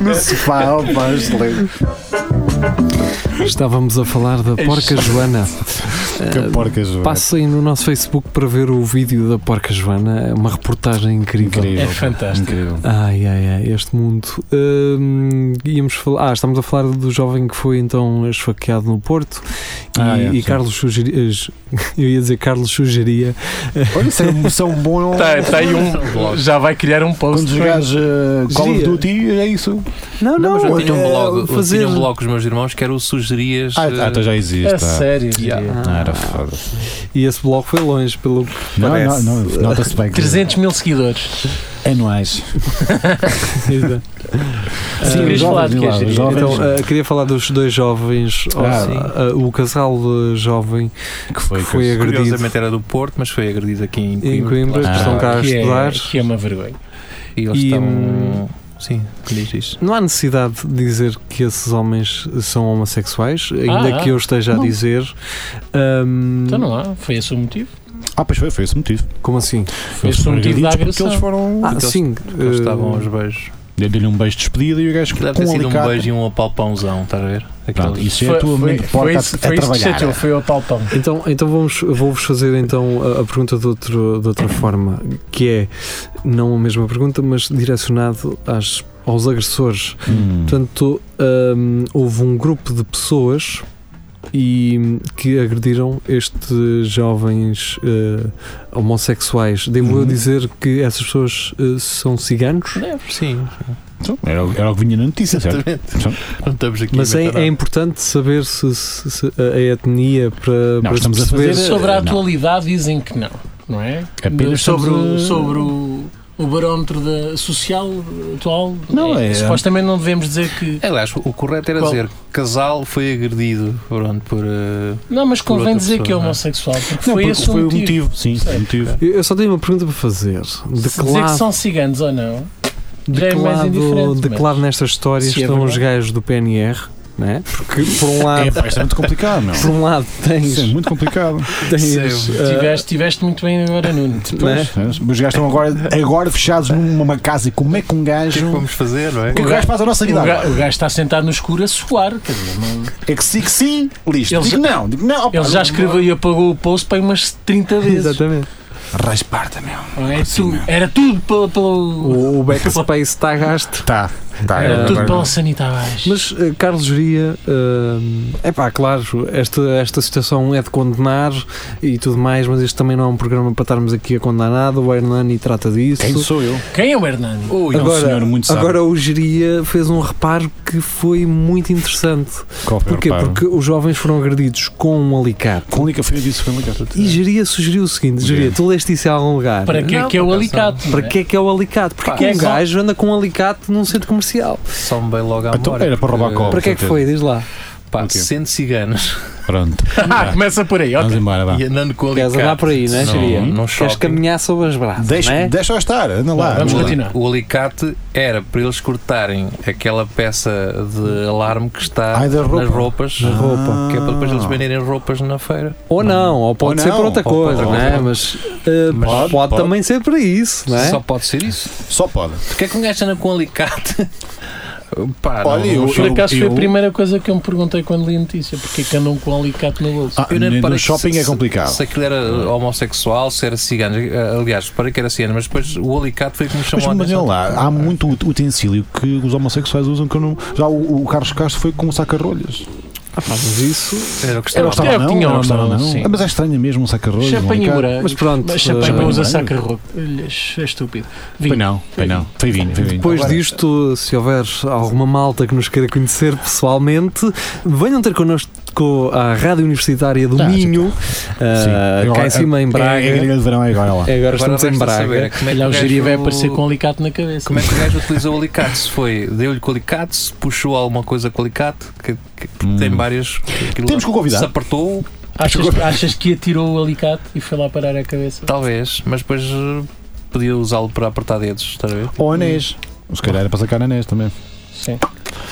C: No sofá, opa, excelente.
B: Estávamos a falar da Porca Joana.
C: Que porcas, velho.
B: Passem no nosso Facebook para ver o vídeo da Porca Joana, é uma reportagem incrível.
D: É fantástico.
C: Incrível.
B: Ai, ai, ai, este mundo. Hum, íamos falar, ah, estamos a falar do jovem que foi então esfaqueado no Porto e,
C: Ah, é,
B: e
C: sim.
B: Carlos Sugeria. Eu ia dizer Carlos Sugeria.
C: Olha, isso é um são bom.
D: Tá, tá aí um, já vai criar um
C: Quando
D: post.
C: jogares eh, Call of
B: Geria.
C: Duty, é isso.
B: Não,
E: Não,
B: não,
E: mas eu tinha um
B: é,
E: blog, eu
B: fazer-
E: tinha um blog com os meus irmãos que era o Sugerias.
C: Ah,
E: eh,
C: então já existe.
D: É sério. diria.
B: Ah,
C: era foda.
B: E esse blog foi longe, pelo que
C: Não, não,
B: parece.
C: não, nota-se bem. que-
D: 300 mil seguidores.
C: anuais.
D: Sim,
C: Ah,
D: querias falar de
C: jovens,
D: que é
C: lá, ah,
D: gerir.
C: jovens.
B: Então, eh, queria falar dos dois jovens, ou,
C: Ah,
B: eh, o casal eh, jovem
C: Que foi,
B: que foi agredido
E: Curiosamente era do Porto, mas foi agredido aqui em Coimbra.
B: em Coimbra,
E: lá
B: que
E: está.
B: estão cá a
D: que,
B: estudar.
D: é, que é uma vergonha.
E: E eles
B: E, hum,
E: estavam. Sim, diz isso.
B: Não há necessidade de dizer que esses homens são homossexuais, ainda
D: Ah,
B: que eu esteja
C: não.
B: a dizer. Ahm,
D: Então não há, foi esse o motivo.
C: Ah, pois foi, foi esse o motivo.
B: Como assim?
D: Foi esse o motivo da agressão.
C: eles foram.
B: Ah,
E: eles-
B: sim.
E: Eles
B: eh,
E: estavam aos beijos.
C: Deu-lhe um beijo de despedida e o gajo
E: Aquilo deve
C: com
E: ter
C: um
E: sido um
C: alicate.
E: beijo e um apalpãozão, estás a ver?
C: Pronto,
E: Aqueles-
C: isso é a tua
D: foi,
C: mente porca
D: foi,
C: a,
D: isso- foi
C: a
D: isso que chateou,
C: trabalhar.
D: foi o tal pão.
B: Então, então vamos, vou-vos fazer então a, a pergunta de, outro- de outra forma, que é não a mesma pergunta, mas direcionado às- aos agressores.
C: Hum.
B: Portanto, ahm, houve um grupo de pessoas e que agrediram estes jovens eh, homossexuais. Devo eu
C: Uhum.
B: dizer que essas pessoas eh, são
E: é-
B: ciganos?
E: Sim,
C: Então, Era, o- era o que vinha na notícia, certo?
E: exatamente. Não estamos aqui
B: Mas
E: a
B: é,
E: inventar
B: é
E: nada.
B: importante saber se, se- se a a etnia para, para se
C: estamos a
B: perceber.
C: fazer-
D: Sobre a
C: Não.
D: atualidade dizem que não, não é?
C: Apenas
D: sobre
C: estamos
D: o,
C: a-
D: sobre o, o barómetro da- social atual.
C: Não, é-
D: Supostamente não devemos dizer que.
E: É, Aliás, o- o correto era
D: Qual?
E: dizer casal foi agredido pronto, por. eh,
D: Não, mas
E: outra
D: convém dizer que é
E: pessoa, não é?
D: homossexual, porque
C: Não,
D: foi
C: porque
D: esse
C: foi
D: o
C: o
D: motivo.
C: motivo. Sim, foi o motivo.
B: Eu, eu só tenho uma pergunta para fazer. De
D: Se
B: que
D: dizer que
B: lado,
D: são ciganos ou não,
B: de
D: já é
B: que
D: mais
B: lado,
D: indiferente,
B: de que
D: mas-
B: lado nesta história
D: Se é
B: estão os
D: verdade.
B: gajos do PNR? Né? Porque por um
C: É,
B: lado,
C: pá, isto é muito complicado, meu.
B: por um lado tens,
C: Isso é muito complicado.
B: tens
E: Sim,
B: ah,
D: tiveste, tiveste muito bem agora, Nuno.
B: né?
C: Pois, é, Os gajos estão agora, agora fechados numa casa e como é que um
E: o que é que
C: gajo.
E: vamos fazer, não é?
C: O que o gajo faz a nossa
D: O
C: vida?
D: ga-
C: agora?
D: o gajo está sentado no escuro a suar, quer dizer, não-
C: É que sim, que sim, listo.
D: Ele
C: Digo não, digo não. opa,
D: ele já
C: não-
D: escreveu e apagou o post para aí umas 30 vezes.
B: Exatamente.
C: Raspar-te, meu.
D: Não é? Tudo- era tudo pelo. pelo-
B: O, o backspace está a gasto.
C: Tá, tá.
B: É,
D: era
C: agora-
D: tudo pela sanita abaixo.
B: Mas, eh, Carlos Geria, é pá, claro, esta, esta situação é de condenar e tudo mais, mas este também não é um programa para estarmos aqui a condenar nada. O Hernani trata disso.
C: Quem sou eu?
D: Quem é o Hernani?
C: Ui, é um senhor muito sábio.
B: agora o Geria fez um reparo que foi muito interessante.
C: Qual foi o
B: Porquê?
C: reparo?
B: Porque os jovens foram agredidos com um alicate.
C: Com única foi disso foi muito
B: E Geria sugeriu o seguinte: Geria, tu leste isso em algum lugar?
D: Para que é
E: Não,
D: que é o
E: por acaso
D: alicate?
B: Para
D: não é?
B: que é que é o alicate? Porque
E: Pá,
B: que
D: é
B: um
D: só-
B: gajo anda com um alicate num centro comercial.
E: Só me bem logo à
C: Então,
E: memória,
C: era para
E: porque,
C: roubar
B: Para que é que
C: certeza.
B: foi? Diz lá.
E: Pá,
C: O quê?
E: sendo ciganos
C: Pronto,
D: Ah, começa por aí, ok.
C: vamos embora, vá.
E: e andando com
B: Queres
E: alicate.
B: andar por aí, né, Geria?
E: não, não
B: Queres
E: shopping.
B: caminhar sobre as braças?
C: Deixa,
B: né?
C: deixa-o estar, anda lá.
D: Vamos
C: anda
E: O-
C: lá.
D: continuar.
E: O alicate era para eles cortarem aquela peça de alarme que está
C: Ai, da roupa.
E: nas roupas,
C: Na roupa.
E: que é para depois eles venderem roupas na feira.
B: Ou não, ou pode
C: Ou
B: ser
C: não,
B: por outra
C: ou pode-
B: coisa,
E: ou
B: não é?
E: pode.
B: Mas, eh,
E: Mas
B: pode,
C: pode.
B: também ser para isso, não é?
E: Só pode ser isso.
C: Só pode.
E: Porquê é que um gajo anda com alicate? Pá, não-
C: Olha,
E: não-
C: eu-
D: Por acaso foi
C: eu-
D: a primeira coisa que eu me perguntei quando li a notícia: porque é que andam com um alicate no bolso?
C: Ah,
E: Eu nem
C: no
E: reparei
C: shopping
E: se-
C: é complicado.
E: Se, se aquilo era uh, homossexual, se era cigano. Uh, Aliás, reparei que era cigano, mas depois o alicate foi o que me
C: Mas,
E: chamou a
C: mas olha
E: atenção.
C: lá, há muito ut- utensílio que os homossexuais usam que eu não. Já o, o Carlos Castro foi com um saca-rolhas.
B: Ah, pá, mas isso.
E: Era o que
C: Era
E: estava
C: o que estava
D: é o que
C: não,
D: tinha
C: era o
D: na
C: que estava
D: mão,
C: não.
D: sim.
C: Ah, Mas é estranho mesmo um saca-rolhas.
D: Champanhe e
C: um
D: morangos.
B: Mas pronto,
D: Mas champanhe
B: eh,
D: não usa
C: champanhe.
D: saca-roupa. Olhas, é estúpido.
C: Foi
D: Vinho.
C: não, foi não. Foi vinho, foi vinho.
B: Depois
E: Agora-
B: disto, se houver alguma malta que nos queira conhecer pessoalmente, venham ter connosco à Rádio Universitária do
C: Tá,
B: Minho,
C: Sim.
B: ah, cá
C: Agora-
B: em cima, em
C: É, é a
B: Braga.
C: grelha de verão é agora lá.
B: Agora estamos em
E: resta saber
B: Braga.
E: Como é que
D: Olha, o
E: gajo-
D: Jiri vai aparecer com um alicate na cabeça.
E: Como é que o gajo utilizou o alicate? Se foi, deu-lhe com o alicate, se puxou alguma coisa com o alicate, que, que- porque
C: Hum.
E: tem várias. aquilo-
C: Temos que o convidar.
E: Se apertou,
D: Achas, achas que atirou o alicate e foi lá parar a cabeça?
E: talvez, mas depois eh, podia usá-lo para apertar dedos, está a ver?
C: Ou anês. Se calhar era para sacar anês também.
D: Sim.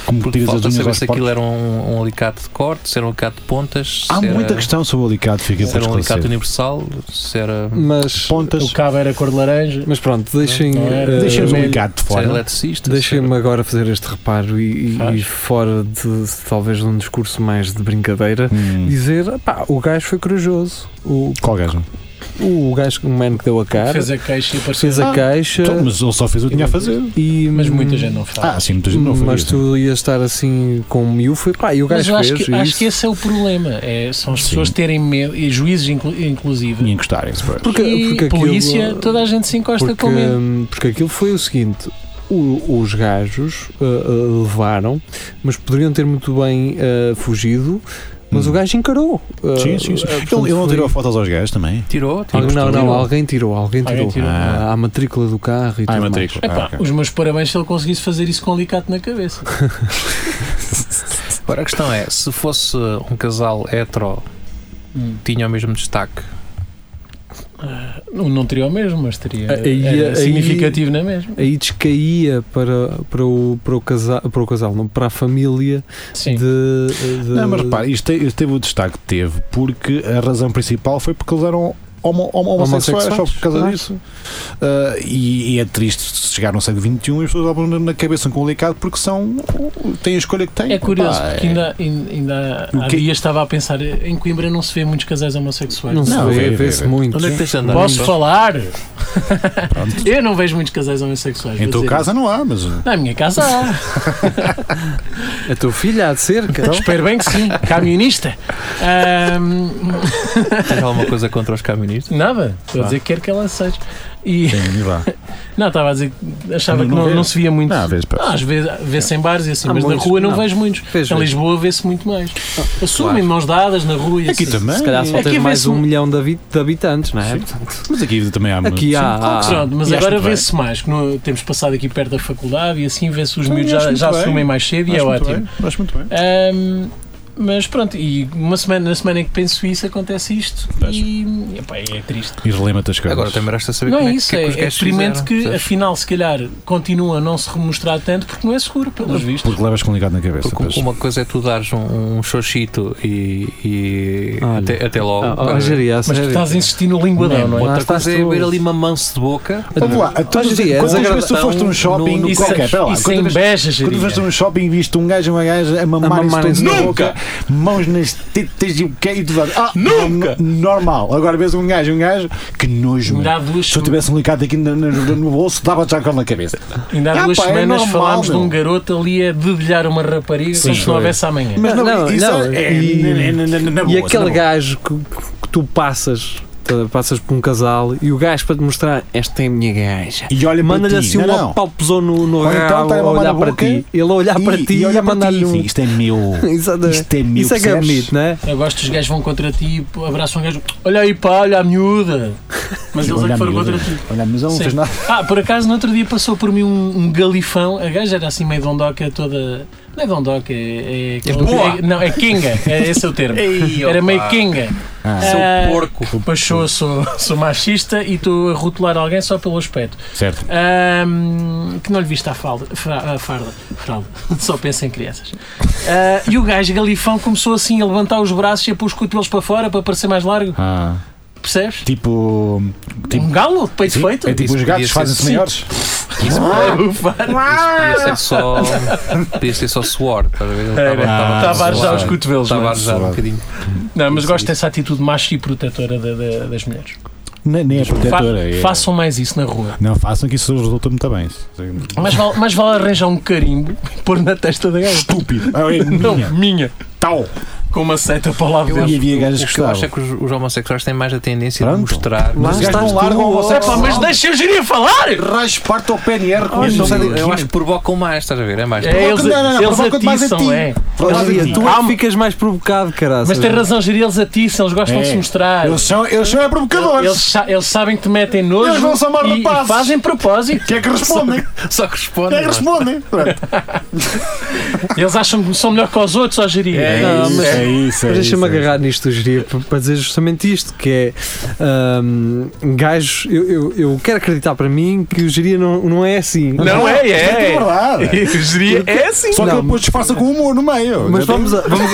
C: Como
E: Porque
C: tiras as
E: falta
C: unhas
E: saber
C: aos
E: se
C: porcos.
E: aquilo era um, um alicate de corte, se era um alicate de pontas,
C: Há
E: se era,
C: muita questão sobre o alicate, fica
E: se
C: para
E: era um alicate
C: esclarecer.
E: universal, se era,
B: Mas,
C: Pontas.
D: O cabo era cor de laranja.
B: mas pronto, deixem.
D: Não era.
B: eh,
C: Deixa o
D: vermelho.
C: alicate de
E: se era
C: fora.
E: eletricista. se era-
B: Deixem-me agora fazer este reparo e- e, e
D: Faz.
B: fora de talvez de um discurso mais de brincadeira,
C: Hum, um.
B: dizer pá, o gajo foi corajoso. O,
C: Qual gajo?
B: o gajo o man que deu a cara
D: Fez
B: fez
D: a queixa e
B: a,
D: apareceu.
C: Ah,
B: caixa
C: Então, Mas ele só fez o que tinha a fazer.
B: e
D: Mas muita
B: hum,
D: gente não faz.
C: Ah, sim, muita gente não foi.
B: mas tu ias estar assim com o miúdo, foi pá, e o
D: Mas
B: gajo
D: eu acho
B: fez
D: que, acho
B: isso.
D: que esse é o problema. É, são as
C: Sim.
D: pessoas terem medo, e juízes inclu- inclusive.
C: E encostarem-se. pois.
B: Porque-
D: e
B: porque aquilo-
D: polícia, toda a gente se encosta
B: porque,
D: com medo.
B: hum, porque aquilo foi o seguinte: o- os gajos ah, ah, levaram, mas poderiam ter muito bem ah, fugido, mas
C: Hum.
B: o gajo encarou. Ah,
C: Sim, sim, sim.
B: ah,
C: Ele,
B: portanto,
C: ele não
B: foi-
C: tirou fotos aos gajos também?
E: Tirou, tirou.
B: Alguém- não, não,
E: Tirou.
B: alguém tirou, alguém tirou.
D: Alguém tirou.
C: Ah.
B: Ah, a matrícula do carro
C: é
B: e tudo. mais.
D: Epá, Os meus parabéns se ele conseguisse fazer isso com um alicate na cabeça.
E: Agora a questão é, se fosse um casal hetero,
D: Hum.
E: tinha o mesmo destaque.
D: não, não teria o mesmo, mas teria.
B: Aí-
D: era
B: aí-
D: significativo é na mesma.
B: Aí descaía para, para, o, para, o casal, para o casal, não, para a família
D: Sim.
B: de, de-
C: Não, mas repara, isto te- isto teve o destaque que teve, porque a razão principal foi porque eles eram homo, homo, homossexuais, é só por causa
B: Claro.
C: disso. Ah, e, e é triste chegar no século XXI e as pessoas levam na cabeça com o alicate porque são. têm a escolha que têm.
D: É curioso,
C: Pá,
D: porque
C: é-
D: ainda, ainda, ainda
C: O
D: há
C: que-
D: dias estava a pensar, em Coimbra não se vê muitos casais homossexuais.
B: Não, se
C: Não,
B: vê,
C: vê,
B: vê-se
C: vê, vê.
B: muito.
E: Onde é que tens de andar?
D: Posso falar?
C: Pronto.
D: Eu não vejo muitos casais homossexuais.
C: Em
D: vou
C: tua
D: dizer
C: casa não há, mas. eh,
D: isso. Na minha casa há.
B: A tua filha há de cerca.
D: Espero bem que sim. Camionista. Ahm,
E: Tens alguma coisa contra os nisto?
D: Nada, estou a
C: Ah.
D: dizer que quero que ela seja. E,
C: Sim, e vá.
D: não, estava a dizer que achava
C: Não-
D: que
C: não
D: não,
C: vê?
D: não se via muito.
C: Não, vês, pá.
D: Ah, às vezes vê-se em bares e assim,
B: Há
D: mas na
B: muitos.
D: rua não,
B: Não.
D: vejo muitos.
B: Vês,
D: Em
B: vês.
D: Lisboa vê-se muito mais. Assumem mãos dadas na rua e
C: Ah, Aqui
D: assim.
C: também.
B: Se calhar só
D: Aqui
B: tens mais
D: vê-se
B: um
D: um-
B: milhão de, habi- de habitantes, não é?
C: Sim.
B: Portanto,
C: Mas aqui também há
B: aqui há. Ah, há-
D: Ah, Pronto, mas
C: Ah, E acho
D: agora
C: muito
D: vê-se mais, que no- temos passado aqui perto da faculdade e assim vê-se os
C: Sim,
D: miúdos
C: acho
D: já,
C: muito
D: já
C: bem.
D: assumem mais cedo e é
C: Acho muito
D: ótimo.
C: bem, Acho muito bem.
D: Ahm, mas pronto, e uma semana, na semana em que penso isso acontece isto
C: Pois.
D: e epá, é triste.
C: E relema-te as coisas.
E: Agora também resta saber
D: Não
E: como
D: é
E: é
D: isso,
E: que, que
D: é,
E: os
D: é
E: gajos
D: experimento
E: fizeram,
D: que
E: percebes?
D: afinal se calhar continua a não se remostrar tanto porque não é seguro, pelos vistos.
C: Porque levas com um ligado na cabeça.
E: Porque
C: pois.
E: uma coisa é tu dares um, um xoxito e, e
B: Olha.
E: até, até logo.
B: Ah,
E: Agora,
B: ah, Geria, a
D: Mas tu
B: sério.
D: estás a insistir no linguadão, não é?
B: Lá
E: Outra
B: estás
E: coisa é
B: tu.
E: ver ali mamanço de boca.
C: Vamos lá, a todas-
B: Hoje em dia,
C: quantas
B: desagrada-
C: vezes tu foste a um
B: no-
C: shopping
B: no- no
D: Isso,
C: qualquer? Pera lá,
D: isso é
C: quantas vezes-
D: inveja,
C: Quando
D: Jeria.
C: foste a um shopping e viste um gajo e uma gaja a mamarem-se
B: mamarem-se
C: todos
B: na
C: na boca, mãos nas tetas e o quê? E tu dás, ah, nunca! Normal. Agora vês um gajo e um gajo, que nojo,
D: Ainda
C: meu.
D: há duas,
C: um Se eu tivesse um licado aqui no, no- no bolso, dava já com na cabeça.
D: ainda há
C: Ah,
D: duas
C: pá, é
D: semanas
C: normal,
D: falámos de um
C: meu.
D: garoto ali a dedilhar uma rapariga como se não
B: foi.
D: houvesse amanhã.
C: Mas não,
B: Não,
C: isso
B: não,
C: é,
B: e-
C: é- é- é- é- na boa,
B: E
C: na
B: aquele
C: boa.
B: gajo que, que tu passas, tá, passas por um casal e o gajo para te mostrar, esta é a minha gaja.
C: E olha para
B: Manda-lhe
C: ti.
B: assim
C: Não,
B: um
C: não.
B: apalpozão no, no
C: Ou então
B: rabo
C: tá a
B: a
C: mamar
B: olhar
C: na
B: para
C: boca
B: ti. Ele a olhar para
C: E-
B: ti
C: e
B: e,
C: olha
B: a
C: para ti,
B: mandar-lhe um.
C: sim, Isto é meu.
B: Exatamente.
C: Isto é meu,
B: Isso é que é
C: percebes?
B: bonito, não é?
D: Eu gosto dos gajos vão contra ti, pô, abraçam um gajo, olha aí pá, olha a miúda. Mas eles é
C: Olha
D: que
C: a
D: foram
C: miúda.
D: contra ti.
C: Olha, mas ele não
D: Sim.
C: fez nada.
D: Ah, por acaso no outro dia passou por mim um, um galifão, a gaja era assim meio dondoca toda. Não é dondoca, é. é, aquela-
E: boa.
D: é- não, é kinga, é, esse é o termo. Era meio kinga.
E: Seu
D: Ah,
E: porco.
D: Mas sou, sou, sou machista e estou a rotular alguém só pelo aspecto.
C: Certo.
D: Ahm, que não lhe viste a falda, fra- a farda, fralda, só pensa em crianças. Ah, e o gajo galifão começou assim a levantar os braços e a pôr os cotovelos para fora para parecer mais largo,
C: Ah,
D: percebes?
C: tipo. Tipo-
D: um galo de peito
C: Sim,
D: feito?
C: É tipo
E: Isso
C: os
E: podia
C: gatos
E: ser
C: fazem-se
E: sim.
C: maiores.
E: Isso
D: Ah, bufar.
E: podia ser só. Podia ser só suor. estás a ver? Ele
D: Era.
E: estava- estava
D: Estava a arjar os
E: suar.
D: cotovelos.
E: Ah, Estava a
D: não é?
E: arjar um bocadinho.
D: Não, mas gosto dessa atitude macho e protetora da- da- das mulheres.
C: Nem, nem é
D: Fa-
C: protetora. é-
D: Façam mais isso na rua.
C: Não façam que isso resulta muito bem.
D: Mas vale, mas vale arranjar um carimbo e pôr na testa da gaja.
C: Estúpido. Ah, é
D: Não,
C: minha.
D: minha.
C: Tal.
D: Com uma seta para lá
C: E
D: dentro.
C: havia gajas
E: O
C: que
E: que eu acho é
C: gostavam.
E: que os, os homossexuais têm mais a tendência
C: Pronto.
E: de mostrar.
B: Lá
C: Mas os gajos
B: estás
C: não
B: tu,
C: largam o
D: Epá,
C: homossexual.
D: mas deixa eu ir a falar!
C: É, Rajo parte ao PNR com
E: Eu,
C: isso.
E: não sei, eu acho que provocam mais, estás a ver? É mais.
D: É, eles,
C: Não, não, não,
D: eles
C: provoca-te mais a
D: atiçam,
C: ti.
D: é.
C: Provoca-te
D: Eles
C: a
B: E
C: ti.
B: tu é
D: atiçam.
B: que ficas mais provocado, caralho.
D: Mas tem razão, Giri, eles atiçam, eles gostam de se
C: É.
D: mostrar.
C: Eles são, eles são é provocadores.
D: Eles sa- eles sabem que te metem nojo
C: Eles não são maus
D: e, e
C: rapazes.
D: fazem propósito.
C: Que é que respondem?
E: Só que
C: Que
E: respondem.
C: é que respondem? Pronto.
D: Eles acham que são melhor que os outros, ó Giri.
B: Não, mas-
C: é isso.
B: Mas
C: é
B: deixa-me
C: isso, é
B: agarrar nisto, Geria, para para dizer justamente isto: que é hum, gajos. Eu, eu, eu quero acreditar para mim que o Geria não, não é assim.
D: Não é,
C: isso. É
D: é.
C: verdade.
D: Eu diria, é assim.
C: Só que
B: Não,
C: ele depois disfarça com humor no meio.
B: Mas vamos, a- vamos-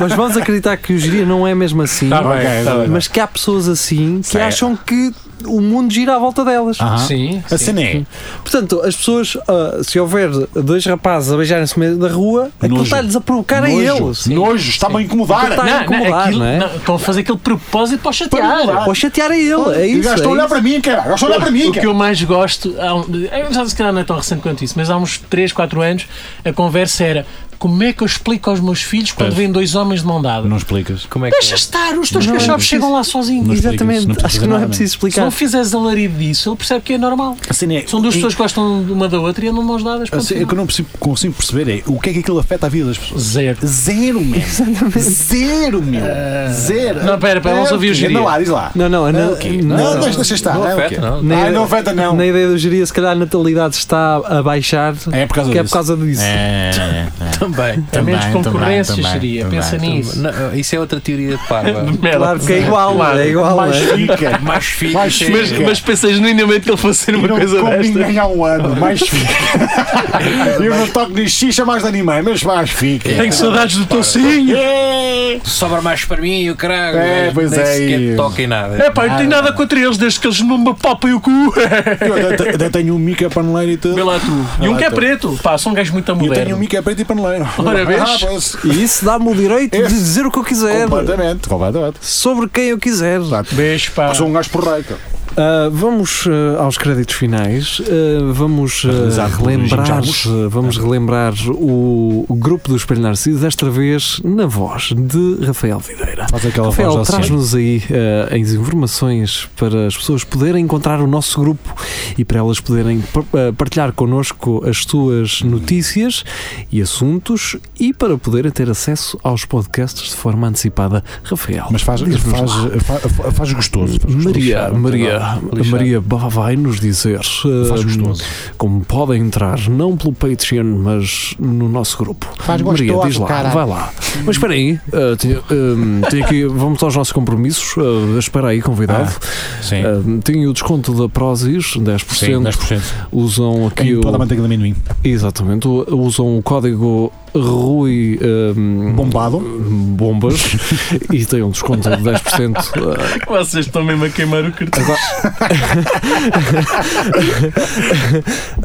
B: mas vamos acreditar que o Geria não é mesmo assim.
D: Tá bem,
C: Ok,
D: tá bem.
B: Mas que há pessoas assim que
C: Certo. Ah.
B: acham que o mundo gira à volta delas.
C: Aham.
D: Sim,
C: A
D: sim.
C: cena é.
B: Portanto, as pessoas, ah, se houver dois rapazes a beijarem-se no meio da rua, aquilo
C: Nojo.
B: está-lhes a provocar a
C: Nojo,
B: eles.
C: nojo, está a incomodar.
D: Então tá,
B: Está- a incomodar,
D: aquilo-
B: não é?
D: estão a fazer aquele propósito para o
C: Para
D: chatear. É
C: mudar.
B: Ou chatear a ele. É
C: E o
B: isso.
C: gajo
B: é
C: está a olhar
B: isso.
C: para mim, cara. Gosta a olhar para mim,
D: O que
C: cara.
D: eu mais gosto, há um- eu já se calhar não é tão recente quanto isso, mas há uns 3, 4 anos a conversa era como é que eu explico aos meus filhos quando
C: Pois.
D: vêm dois homens de mão dada?
C: explicas.
E: Como é que
D: Deixa estar, os teus
C: Não, não
D: cachorros
C: é
D: chegam lá sozinhos.
C: Não explicas,
B: Exatamente.
C: não precisa
B: Acho que não
C: nada,
B: é preciso
D: Se não
B: explicar.
D: fizeres alarido disso, ele percebe que é normal.
C: A cena é.
D: São duas
C: e- Ah,
D: pessoas que gostam de uma da outra e andam de mãos dadas.
C: a
D: ponto
C: cena que eu
D: final.
C: não percebo- consigo perceber é o que é que aquilo afeta a vida das pessoas.
D: Zero.
C: Zero, meu. Zero, meu. Zero.
D: Não, pera, pera, vamos
C: É o
D: ouvir o
C: quê?
D: Jiria.
C: Anda lá, diz lá.
B: Não, não,
C: É
B: não,
C: o quê?
B: não,
C: Não,
B: não.
C: deixa deixa estar.
E: Não
C: é o
E: afeta,
C: quê?
E: não.
B: Na
C: Ah,
B: ideia-
C: não afeta, não.
B: Na ideia do geria, se calhar a natalidade está a baixar.
C: É por causa
B: que é por
C: disso.
B: causa disso.
C: É, é, é.
E: também.
D: A menos
C: Também,
D: concorrência
C: também,
D: seria.
C: também,
D: Pensa
C: também.
D: nisso.
E: Não, isso é outra teoria de parva.
D: Merda.
B: Claro que é igual,
D: Claro.
B: é igual.
C: Mais
B: é?
C: fica.
E: Mais fixe. é
C: Mais
E: sim.
C: fixe.
D: Mas, mas pensei genuinamente que ele fosse ser uma
C: não
D: coisa
C: como
D: desta.
C: ninguém há um ano. Mais fica. Eu não toco nisso. Xixa é mais de anime, mas mais fica.
D: Tenho saudades do teu sim.
E: Sobra mais para mim e o caralho.
C: É,
E: mas
C: pois
E: nem
C: é.
E: sequer toca em nada.
D: É pá, eu não tenho nada contra eles desde que eles não me papem o cu.
C: Eu até- até tenho um mica paneleiro
D: Vê
C: e tudo.
D: lá tu. E um que é preto. Pá, são um gajo muito
C: Eu tenho um
D: moderno.
C: mica preto e paneleiro.
D: Ora, vês?
C: Ah, pois.
B: E isso dá-me o direito de
C: Esse-
B: dizer o que eu quiser.
C: Completamente. Completamente.
B: Sobre quem eu quiser.
D: Beijo, pá.
C: Sou um gajo porreiro.
B: Ah, vamos ah, aos créditos finais. Ah, vamos ah,
C: Realizado por
B: relembrar,
C: Jim Jarmusch.
B: ah, vamos
C: É.
B: relembrar o, o grupo do Espelho Narciso, desta vez na voz de Rafael Videira.
C: Faz aquela voz assim.
B: Rafael,
C: ao oceano.
B: traz-nos aí ah, as informações para as pessoas poderem encontrar o nosso grupo e para elas poderem par- ah, partilhar connosco as suas notícias e assuntos e para poderem ter acesso aos podcasts de forma antecipada. Rafael,
C: Mas faz, faz,
B: diz-nos lá.
C: fa- fa- faz gostoso. faz gostoso.
B: Maria,
C: Não tem
B: Maria,
C: nada.
E: lixar.
B: Maria Bá vai nos dizer
C: Faz
B: hum,
C: gostoso.
B: como podem entrar, não pelo Patreon, mas no nosso grupo.
C: Faz
B: Maria,
C: gostoso,
B: diz lá,
C: cara.
B: vai lá. Mas espera aí, ah, tenho, hum, tenho aqui, vamos aos nossos compromissos. ah, espera aí, convidado.
C: Sim.
B: Ah, tenho o desconto da Prozis, 10%.
C: Sim, 10%.
B: Usam aqui
C: Em
B: o.
C: toda a manteiga de amendoim.
B: Exatamente, u- usam o código Rui. hum,
C: Bombado.
B: Bombas e têm um desconto de 10%. ah,
D: Vocês estão mesmo a queimar o cartão.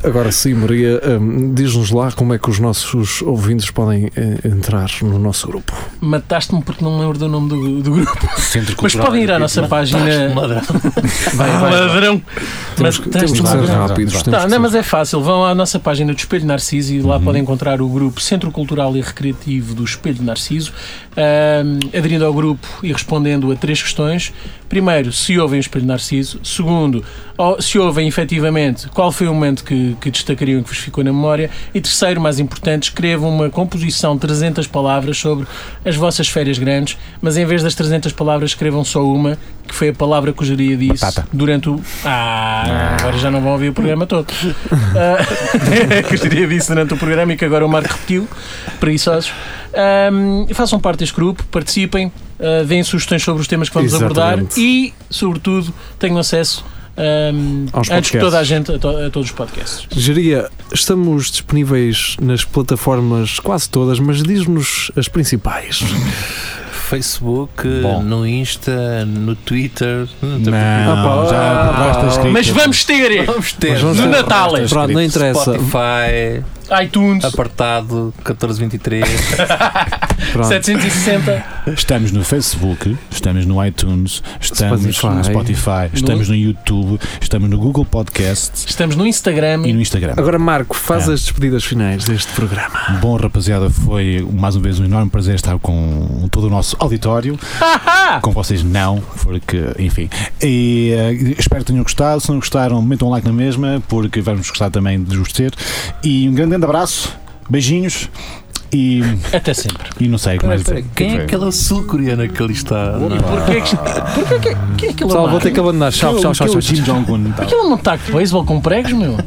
B: Agora sim, Maria, hum, diz-nos lá como é que os nossos ouvintes podem eh, entrar no nosso grupo.
D: Mataste-me porque não me lembro do nome do, do grupo.
C: Centro
D: Mas podem ir à nossa página. Ladrão!
B: Temos, que- temos que
D: Mataste-me.
B: ser
C: vai, vai,
B: rápidos.
D: Não,
B: temos
C: vai.
B: que
D: não,
B: ser-
D: mas é fácil. Vão à nossa página do Espelho Narciso e lá podem encontrar o grupo Centro Cultural e Recreativo do Espelho Narciso. Ahm, aderindo ao grupo e respondendo a três questões. Primeiro, se ouvem o Espelho Narciso. Segundo, ó- se ouvem efetivamente, qual foi o momento que, que destacariam e que vos ficou na memória. E terceiro, mais importante, escrevam uma composição de 300 palavras sobre as vossas férias grandes, mas em vez das 300 palavras, escrevam só uma, que foi a palavra que o Jeria disse
C: Batata.
D: durante o. Ah, agora já não vão ouvir o programa todo. Ah, que o Jeria disse durante o programa e que agora o Marco repetiu, preguiçosos. Ahm, façam parte deste grupo, participem, ah, deem sugestões sobre os temas que vamos abordar
B: Exatamente.
D: e, sobretudo, tenham acesso. ahm,
B: Aos
D: antes de
B: podcasts.
D: toda a gente, a, to- a todos os podcasts.
B: Jeria, estamos disponíveis nas plataformas quase todas, mas diz-nos as principais.
E: Facebook,
C: Bom.
E: no Insta, no Twitter.
C: Não,
B: Ah, pá.
C: já borraste a escrita.
D: Mas vamos ter!
E: Vamos ter.
B: Mas vamos
D: No
B: ter-
D: Natal!
B: Pronto, não interessa.
E: Spotify,
D: iTunes
E: apartado 1423.
B: Pronto.
D: 760
C: Estamos no Facebook, estamos no iTunes, estamos no
B: Spotify.
C: Spotify, estamos no YouTube, estamos no Google Podcast
D: Estamos no Instagram
C: e no Instagram.
B: Agora, Marco, faz
C: É.
B: as despedidas finais deste programa.
C: Bom, rapaziada, foi mais uma vez um enorme prazer estar com todo o nosso auditório.
D: Ah.
C: com vocês não, porque, enfim. E eh, espero que tenham gostado. Se não gostaram, metam um like na mesma, porque vamos gostar também de vos ter. E um grande, grande abraço, beijinhos e,
D: Até sempre
C: e não sei como é que
E: Quem é aquela sul-coreana que ali está?
D: E porquê que porquê que, que é aquilo
B: Hum. Pessoal,
D: lá?
C: é
B: vou ter que é abandonar. Tchau, tchau, tchau. tchau, tchau.
D: então?
C: Kim Jong-un. e tal.
D: Aquilo não está de beisebol com pregos, meu